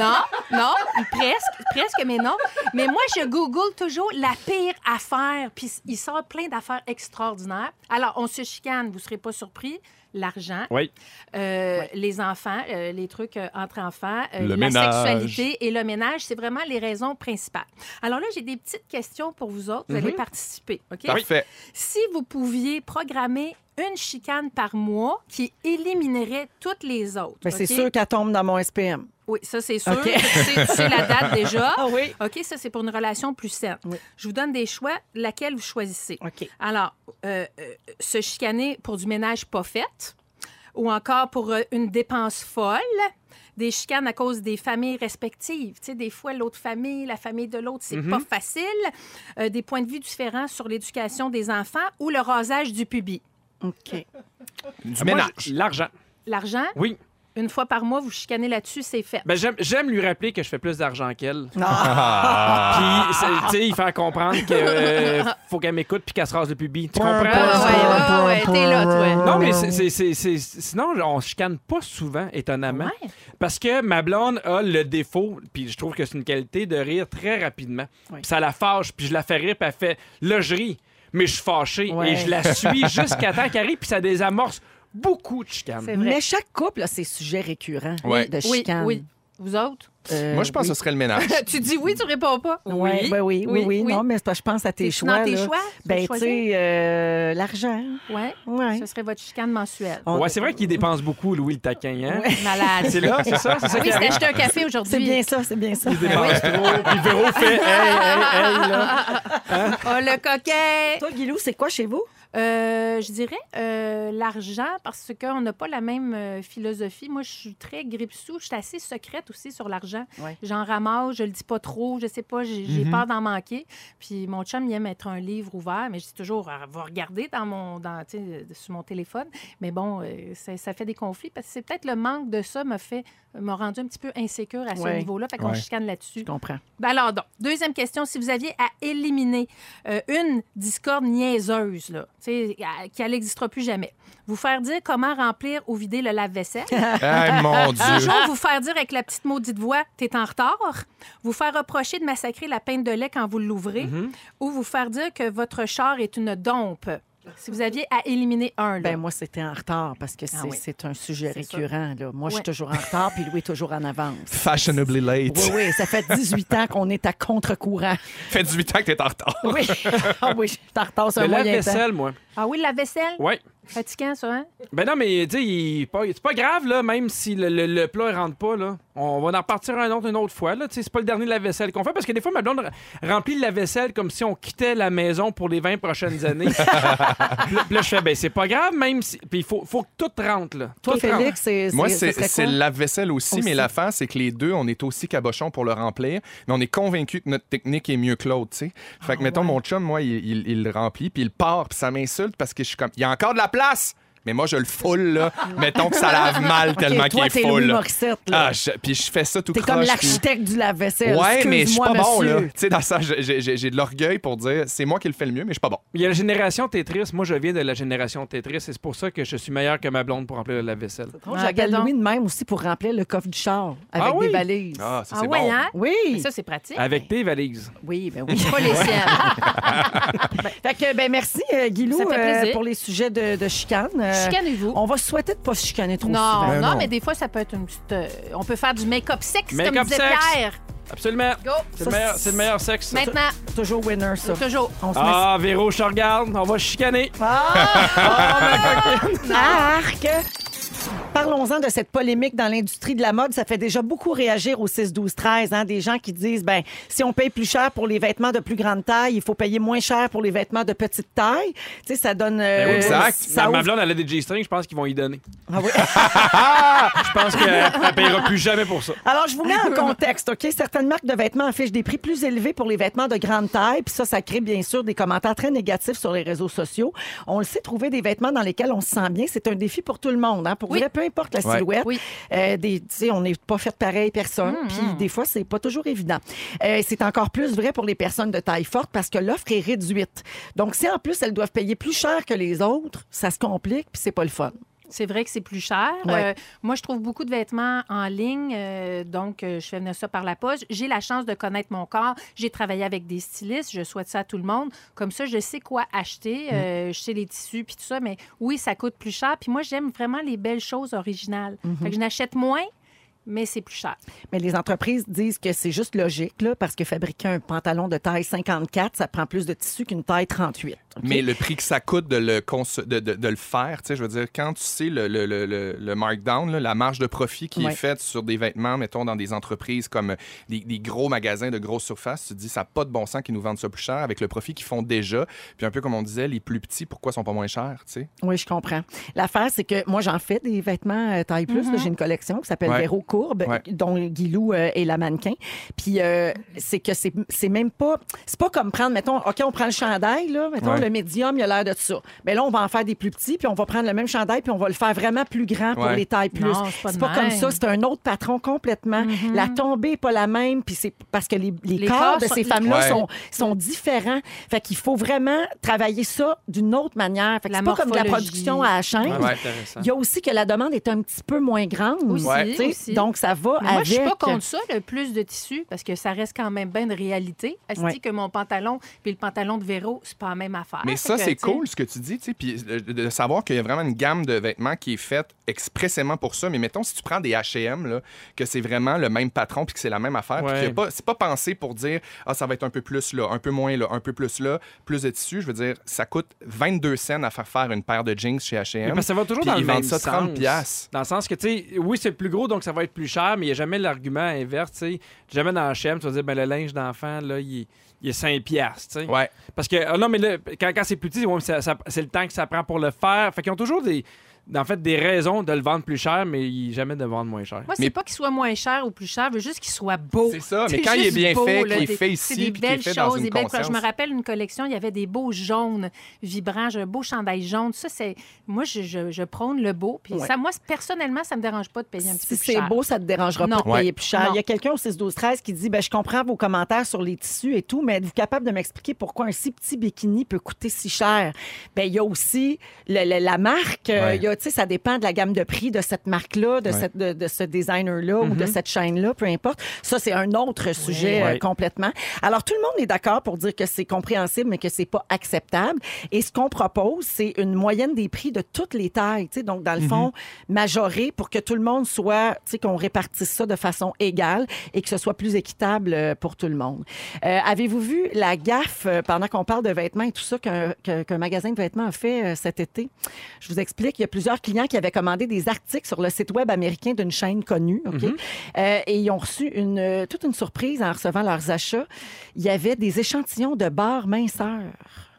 non, non, presque, presque, mais non. Mais moi, je google toujours la pire affaire, puis il sort plein d'affaires extraordinaires. Alors, on se chicane, vous serez pas surpris. L'argent, Oui. euh, les enfants, euh, les trucs euh, entre enfants, euh, Le la ménage. sexualité et le ménage, c'est vraiment les raisons principales. Alors là, j'ai des petites questions pour vous autres. Vous allez participer, OK? Mhm. Parfait. Si vous pouviez programmer une chicane par mois qui éliminerait toutes les autres. Mais Ben, c'est OK? sûr qu'elle tombe dans mon SPM. Oui, ça, c'est sûr. OK. Tu, sais, tu sais la <laughs> date déjà. Ah oui? OK, ça, c'est pour une relation plus saine. Oui. Je vous donne des choix, laquelle vous choisissez. OK. Alors, euh, euh, se chicaner pour du ménage pas fait ou encore pour euh, une dépense folle, des chicanes à cause des familles respectives. Tu sais, des fois, l'autre famille, la famille de l'autre, c'est pas facile. Euh, des points de vue différents sur l'éducation des enfants ou le rasage du pubis. OK. Du Moi, ménage. j'ai- L'argent. L'argent, Oui. une fois par mois, vous chicanez là-dessus, c'est fait. Ben, j'aime- J'aime lui rappeler que je fais plus d'argent qu'elle. Ah. Puis, c'est- tu sais, il fait comprendre qu'il faut qu'elle m'écoute puis qu'elle se rase le pubis. Tu comprends? Ah, ouais, ah, ouais, t'es là, toi. Non, mais c'est- c'est- c'est- c'est- sinon, on se chicane pas souvent, étonnamment. Ouais. Parce que ma blonde a le défaut, puis je trouve que c'est une qualité de rire très rapidement. Oui. Puis Ça la fâche, puis je la fais rire, puis elle fait là, je ris, mais je suis fâché. Ouais. Et je la suis jusqu'à temps qu'elle arrive, puis ça désamorce beaucoup de chicanes. C'est vrai. Mais chaque couple a ses sujets récurrents hein, Ouais. de Oui, chicane. oui. Vous autres? Euh, Moi, je pense oui. que ce serait <laughs> le ménage. <laughs> tu dis oui, tu réponds pas. Ouais, ben oui, oui, oui, Non, mais c'est pas- je pense à tes T'es-tu choix. dans tes là. choix? Ben, Tu tu choisis? sais, euh, l'argent. Ouais. Ouais. Ce serait votre chicane mensuelle. On- Ouais, c'est vrai qu'il dépense beaucoup, Louis le taquin. Hein? <laughs> Malade. Ah C'est là, c'est ça, c'est ça oui, qui c'est arrive. acheter un café aujourd'hui. Euh, C'est bien ça, c'est bien ça. Il dépense trop, puis Véro fait hey, hey, hey, là. <laughs> Oh, le coquet! Toi, Guilou, c'est quoi chez vous? Euh, je dirais euh, l'argent parce qu'on n'a pas la même euh, philosophie. Moi, je suis très grippe-sous. Je suis assez secrète aussi sur l'argent. Ouais. Mhm. J'en ramasse, je le dis pas trop, je sais pas, j'ai j'ai peur d'en manquer. Puis mon chum, il aime être un livre ouvert, mais je dis toujours, Ah, va regarder dans mon, dans, tu sais, euh, sur mon téléphone. Mais bon, euh, ça, ça fait des conflits parce que c'est peut-être le manque de ça m'a fait, m'a rendu un petit peu insécure à ce Ouais. niveau-là. Fait qu'on Ouais. chicane là-dessus. Je comprends. Ben alors, donc, deuxième question, si vous aviez à éliminer euh, une discorde niaiseuse, là, tu sais, à- qui n'existera plus jamais, vous faire dire comment remplir ou vider le <laughs> lave-vaisselle, Ah, <laughs> mon Dieu. toujours vous faire dire avec la petite maudite voix, t'es en retard, vous faire reprocher de massacrer la pinte de lait quand vous l'ouvrez, Mhm. ou vous faire dire que votre char est une dompe. Si vous aviez à éliminer un, là. Ben moi, c'était en retard parce que c'est Ah oui. c'est un sujet C'est ça. récurrent. Là. Moi, je suis Ouais. toujours en retard, puis Louis est toujours en <laughs> avance. Fashionably Oui, late. oui, ça fait 18 ans qu'on est à contre-courant. Fait 18 ans que t'es en retard. Oui, <laughs> ah oui, je suis en retard sur Le un moyen temps. lave-vaisselle, moi. Ah oui, le lave-vaisselle? Ouais. Fatigant, ça, hein? Ben non, mais tu sais, il est pas- c'est pas grave, là, même si le, le- le plat ne rentre pas, là. On va en repartir un autre une autre fois, là. Tu sais, c'est pas le dernier lave-vaisselle qu'on fait, parce que des fois, ma blonde re- remplit le lave-vaisselle comme si on quittait la maison pour les 20 prochaines années. puis là, puis là, je fais, ben c'est pas grave, même si. Puis il faut, faut que tout rentre, là. Toi, Tout rentre. Félix, c'est Moi, c'est- c'est ce serait c'est quoi? le lave-vaisselle aussi, Aussi. mais l'affaire, c'est que les deux, on est aussi cabochon pour le remplir, mais on est convaincu que notre technique est mieux que l'autre, tu sais. Ah, Fait que, mettons, mon chum, moi, il, il- il le remplit, puis il part, puis ça m'insulte parce que je suis comme, il y a encore de la place! Mais moi, je le foule, <laughs> là. Mettons que ça lave mal tellement Ok, qu'il toi, est t'es Louis full. Morissette, là. Ah, je- puis je fais ça tout T'es croche. comme puis- l'architecte du lave-vaisselle. Ouais, mais je suis Excuse-moi, pas bon, là. monsieur. Tu sais, dans ça, j'ai- j'ai j'ai de l'orgueil pour dire c'est moi qui le fais le mieux, mais je suis pas bon. Il y a la génération Tetris. Moi, je viens de la génération Tetris et c'est pour ça que je suis meilleur que ma blonde pour remplir la vaisselle. Ah, Je regarde Louis de même aussi pour remplir le coffre du char avec Ah oui? des valises. Ah, ça, Ah c'est ouais, bon. hein? Oui. Ça, c'est pratique. Avec tes valises. Oui, ben oui. Pas les siennes. <laughs> Fait que, ben merci, euh, Guilou, Ça fait euh, plaisir. pour les sujets de, de chicane. Euh, Chicanez-vous. On va se souhaiter de ne pas se chicaner trop ben Non, souvent. non, non. mais des fois, ça peut être une petite. euh, on peut faire du make-up sexe, comme Make-up disait sexe. Pierre. Absolument. Go. C'est le, meilleur- c'est le meilleur sexe. ça. Maintenant, Toujours winner, ça. toujours. On se met Ah, Véro, je te regarde. On va chicaner. Arc! Parlons-en de cette polémique dans l'industrie de la mode. Ça fait déjà beaucoup réagir au 6-12-13. hein, des gens qui disent, ben, si on paye plus cher pour les vêtements de plus grande taille, il faut payer moins cher pour les vêtements de petite taille. Tu sais, ça donne... Ben oui, euh, exact. Ça ma, ma ouvre- blonde, elle a des G-strings. Je pense qu'ils vont y donner. Ah oui. <laughs> Je pense qu'elle ne payera plus jamais pour ça. <laughs> Alors, je vous mets en contexte, OK? Certaines marques de vêtements affichent des prix plus élevés pour les vêtements de grande taille, puis ça, ça crée bien sûr des commentaires très négatifs sur les réseaux sociaux. On le sait, trouver des vêtements dans lesquels on se sent bien, c'est un défi pour tout le monde, hein? Pour Oui. vrai, peu importe la Ouais. silhouette. Oui. Mm-hmm. Euh, des, tu sais, on n'est pas fait pareil, personne, puis des fois, c'est pas toujours évident. Euh, c'est encore plus vrai pour les personnes de taille forte parce que l'offre est réduite. Donc, si en plus, elles doivent payer plus cher que les autres, ça se complique, puis c'est pas le fun. C'est vrai que c'est plus cher. Ouais. Euh, moi, je trouve beaucoup de vêtements en ligne, euh, donc euh, je fais venir ça par la poche. J'ai la chance de connaître mon corps. J'ai travaillé avec des stylistes. Je souhaite ça à tout le monde. Comme ça, je sais quoi acheter. Euh, Je sais les tissus puis tout ça. Mais oui, ça coûte plus cher. Puis moi, j'aime vraiment les belles choses originales. Fait que je n'achète moins, mais c'est plus cher. Mais les entreprises disent que c'est juste logique, là, parce que fabriquer un pantalon de taille 54, ça prend plus de tissu qu'une taille 38. OK? Mais le prix que ça coûte de le, conso- de, de- de le faire, tu sais, je veux dire, quand tu sais le, le- le- le- le markdown, là, la marge de profit qui Ouais. est faite sur des vêtements, mettons, dans des entreprises comme euh, des, des gros magasins de grosse surface, tu te dis, ça n'a pas de bon sens qu'ils nous vendent ça plus cher avec le profit qu'ils font déjà. Puis un peu comme on disait, les plus petits, pourquoi sont pas moins chers, tu sais? Oui, je comprends. L'affaire, c'est que moi, j'en fais des vêtements euh, taille plus. là. J'ai une collection qui s'appelle Ouais. Véro Courbe, Ouais. dont Guilou euh, est la mannequin. Puis euh, c'est que c'est c'est même pas... C'est pas comme prendre, mettons, OK, on prend le chandail, là, mettons, Ouais. le médium, il a l'air de ça. Mais là, on va en faire des plus petits, puis on va prendre le même chandail, puis on va le faire vraiment plus grand pour Ouais. les tailles plus. Non, c'est pas de C'est pas, comme même. ça, c'est un autre patron complètement. La tombée n'est pas la même, puis c'est parce que les, les Les corps corps de sont- ces femmes-là Ouais. sont, sont différents. Fait qu'il faut vraiment travailler ça d'une autre manière. Fait que La c'est pas comme de la morphologie. production à la chaîne. Ouais, c'est intéressant. Il y a aussi que la demande est un petit peu moins grande. Aussi, Ouais. Tu sais, aussi. Donc, ça va avec... Mais euh, Moi, je suis pas contre ça, le plus de tissu, parce que ça reste quand même bien une réalité. Est-ce Ouais. que mon pantalon puis le pantalon de Véro, c'est pas la même affaire? Ah, Mais Fait ça, que, c'est tu sais, cool ce que tu dis, tu sais, puis euh, de de savoir qu'il y a vraiment une gamme de vêtements qui est faite expressément pour ça. Mais mettons, si tu prends des H&M, là, que c'est vraiment le même patron puis que c'est la même affaire, puis Ouais. qu'il y a pas, c'est pas pensé pour dire, ah, ça va être un peu plus là, un peu moins là, un peu plus là, plus de tissu. Je veux dire, ça coûte 22 cents à faire faire une paire de jeans chez Mais H&M. parce que ça va toujours puis dans le ils même vendent ça 30 sens. piastres. Dans le sens que, tu sais, oui, c'est plus gros, donc ça va être plus cher, mais il n'y a jamais l'argument inverse, tu sais. Jamais dans HM, tu vas dire, ben, le linge d'enfant, là, il est, il est 5 piastres, tu sais. Ouais. Mm. Parce que, ah non, mais là, quand, quand c'est plus petit, ouais, ça- ça- c'est le temps que ça prend pour le faire. Fait qu'ils ont toujours des, en fait, des raisons de le vendre plus cher, mais ils- jamais de le vendre moins cher. Moi, c'est Mais- pas qu'il soit moins cher ou plus cher, je veux juste qu'il soit beau. C'est ça, mais C'est quand il est juste bien beau, fait, là, qu'il est des- fait c'est ici, des puis qu'il est belles fait choses, dans une des belles couleurs. Je me conscience. rappelle une collection, il y avait des beaux jaunes vibrants, j'ai un beau chandail jaune. Ça, c'est. Moi, je, je- je prône le beau. Puis Ouais. ça, moi, personnellement, ça me dérange pas de payer un petit peu Si plus c'est cher. beau, ça te dérangera Non. pas de payer plus cher. Non. Il y a quelqu'un au 6 12 13 qui dit ben je comprends vos commentaires sur les tissus et tout, mais êtes-vous capable de m'expliquer pourquoi un si petit bikini peut coûter si cher Ben il y a aussi le- le- la marque, euh, Ouais. il y a, tu sais ça dépend de la gamme de prix de cette marque-là, de cette de, de ce designer-là ou Mm-hmm. de cette chaîne-là, peu importe. Ça c'est un autre sujet euh, Ouais. complètement. Alors tout le monde est d'accord pour dire que c'est compréhensible mais que c'est pas acceptable et ce qu'on propose c'est une moyenne des prix de toutes les tailles, tu sais donc dans le fond majorer pour que tout le monde soit, tu sais, qu'on répartisse ça de façon égale et que ce soit plus équitable euh, pour tout le monde. Euh, Avez-vous vu la gaffe euh, pendant qu'on parle de vêtements et tout ça qu'un que- qu'un magasin de vêtements a fait euh, cet été? Je vous explique, il y a plusieurs clients qui avaient commandé des articles sur le site web américain d'une chaîne connue, OK? Euh, et ils ont reçu une, euh, toute une surprise en recevant leurs achats. Il y avait des échantillons de barre minceur.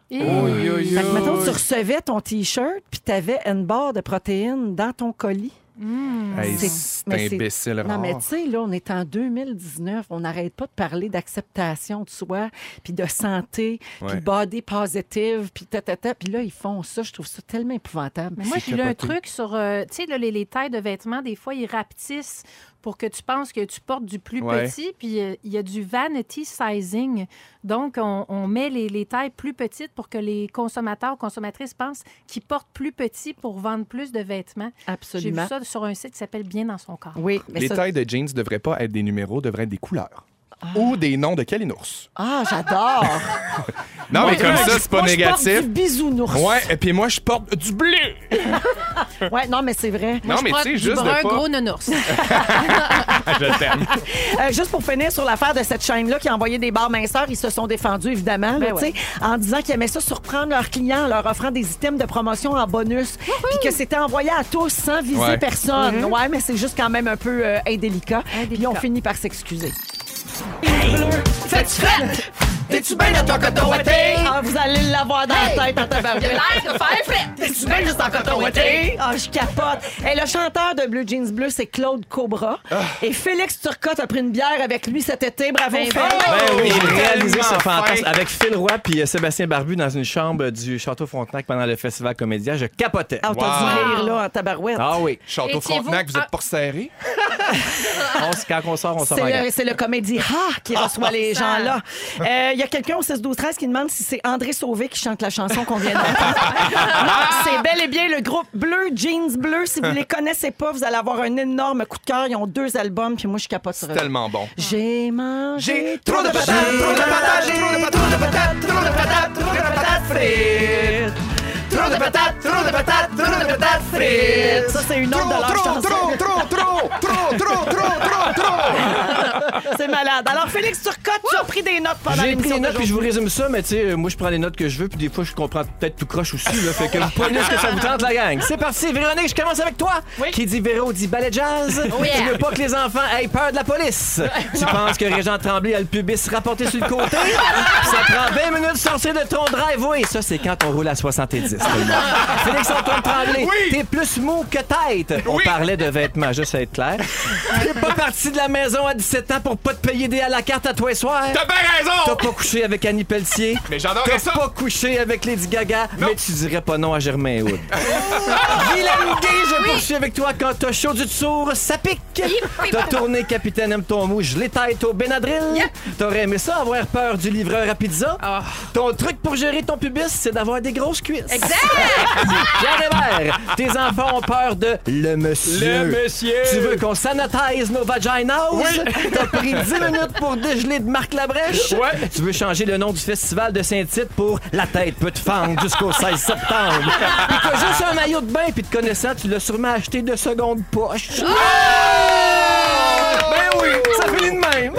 Et- Oi, oi, Fait que, oi. mettons, tu recevais ton T-shirt, puis tu avais une barre de protéines dans ton colis. Hey, C'est- c'est mais c'est- imbécile, Non, rare. mais tu sais, là, on est en 2019, on n'arrête pas de parler d'acceptation de soi, puis de santé, puis Ouais. body positive, puis ta, ta, ta. Puis là, ils font ça, je trouve ça tellement épouvantable. Mais moi, C'est j'ai lu un capoté. truc sur, euh, tu sais, là, les, les tailles de vêtements, des fois, ils rapetissent pour que tu penses que tu portes du plus Ouais. petit, puis euh, il y a du vanity sizing. Donc, on, on met les, les tailles plus petites pour que les consommateurs ou consommatrices pensent qu'ils portent plus petit pour vendre plus de vêtements. J'ai vu Absolument. ça sur un site qui s'appelle Bien dans son corps. Oui, mais Les ça- tailles de jeans ne devraient pas être des numéros, devraient être des couleurs. Ou des noms de calinours. Ah, j'adore! Non, mais comme ça, c'est pas Moi, je porte négatif. du bisounours. Ouais, et puis moi, je porte du bleu. Ouais, non, mais c'est vrai. non, mais tu sais, juste brun de pas... Ah, <laughs> gros nounours. Je t'aime. <laughs> Euh, juste pour finir sur l'affaire de cette chaîne-là qui a envoyé des bars minceurs, ils se sont défendus, évidemment, là, Ben tu sais, ouais. en disant qu'ils aimaient ça surprendre leurs clients en leur offrant des items de promotion en bonus, puis que c'était envoyé à tous sans viser Ouais. personne. Mm-hmm. Ouais, mais c'est juste quand même un peu euh, indélicat. Puis on finit par s'excuser. T'es-tu bien dans ton coton Ah, vous allez l'avoir dans la tête en tabarouette. T'es-tu bien juste en coton Ah, je capote. Et le chanteur de Blue Jeans Bleu, c'est Claude Cobra. Ah. Et Félix Turcotte a pris une bière avec lui cet été. Bravo, Félix. Ben oui, Oh, j'ai réalisé ce tellement fantasme fin. avec Phil Roy puis euh, Sébastien Barbu dans une chambre du Château Frontenac pendant le Festival Comédia. Je capotais. Ah, t'as Wow. du rire, là, en tabarouette. Ah oui. Château Étiez-vous- Frontenac, vous Ah. êtes pour serré? On s- quand on sort, on sort en Ah. C'est le, guerre. Ah, c'est le comédie Ha qui reçoit les gens là. Euh, Il y a quelqu'un au 16 12 13 qui demande si c'est André Sauvé qui chante la chanson qu'on vient <laughs> d'entendre. Non, c'est bel et bien le groupe Bleu Jeans Bleu. Si vous les connaissez pas, vous allez avoir un énorme coup de cœur. Ils ont deux albums puis moi je capote sur eux. Tellement bon. J'ai mangé Trop de patates, trop de patates, trop de patates, trop de patates, trop de patates frites. Trop de patates, trop de patates, trop de patates frites. Ça, c'est une autre Trop, de leurs trop, chansons. trop, trop, trop, trop, trop, trop, trop, trop. <laughs> C'est malade. Alors Félix Turcotte, tu as pris des notes pendant J'ai pris l'émission les notes, puis je d'aujourd'hui. vous résume ça, mais tu sais, euh, moi, je prends les notes que je veux, puis des fois, je comprends peut-être tout croche aussi, là. Fait <laughs> que vous prenez ce que ça vous tente, la gang. C'est parti, Véronique, je commence avec toi. Qui dit Véro dit ballet jazz. Tu veux pas que les enfants aient peur de la police. tu penses que Régent Tremblay a le pubis rapporté sur le côté. ça prend 20 minutes de sortir de ton driveway. Ça, c'est quand on roule à 70. tout le monde. Félix-Antoine Tremblay, t'es plus mou que tête. On parlait de vêtements, juste à être clair. T'es pas parti de la maison à 17 ans pour pas te payer des à la carte à toi et soir. T'as bien T'as raison! pas couché avec Annie Pelletier. Mais j'adorais T'as ça! pas couché avec Lady Gaga, Non. mais tu dirais pas non à Germain Hood. Guylaine Gay, je poursuis avec toi quand t'as chaud du tour, ça pique. T'as tourné Capitaine aime ton mou, je l'ai tête au Benadryl. T'aurais aimé ça avoir peur du livreur à pizza. Ton truc pour gérer ton pubis, c'est d'avoir des grosses cuisses. Exact! Pierre Hébert, tes enfants ont peur de le monsieur. monsieur! Tu veux qu'on sanitise nos vaginas? T'as pris <laughs> 10 minutes pour dégeler de Marc Labrèche? Ouais. Tu veux changer le nom du festival de Saint-Tite pour La tête peut te fendre jusqu'au 16 <laughs> septembre. Puis t'as juste un maillot de bain, puis te connaissant, tu l'as sûrement acheté de seconde poche. Ben oui, ça finit de même.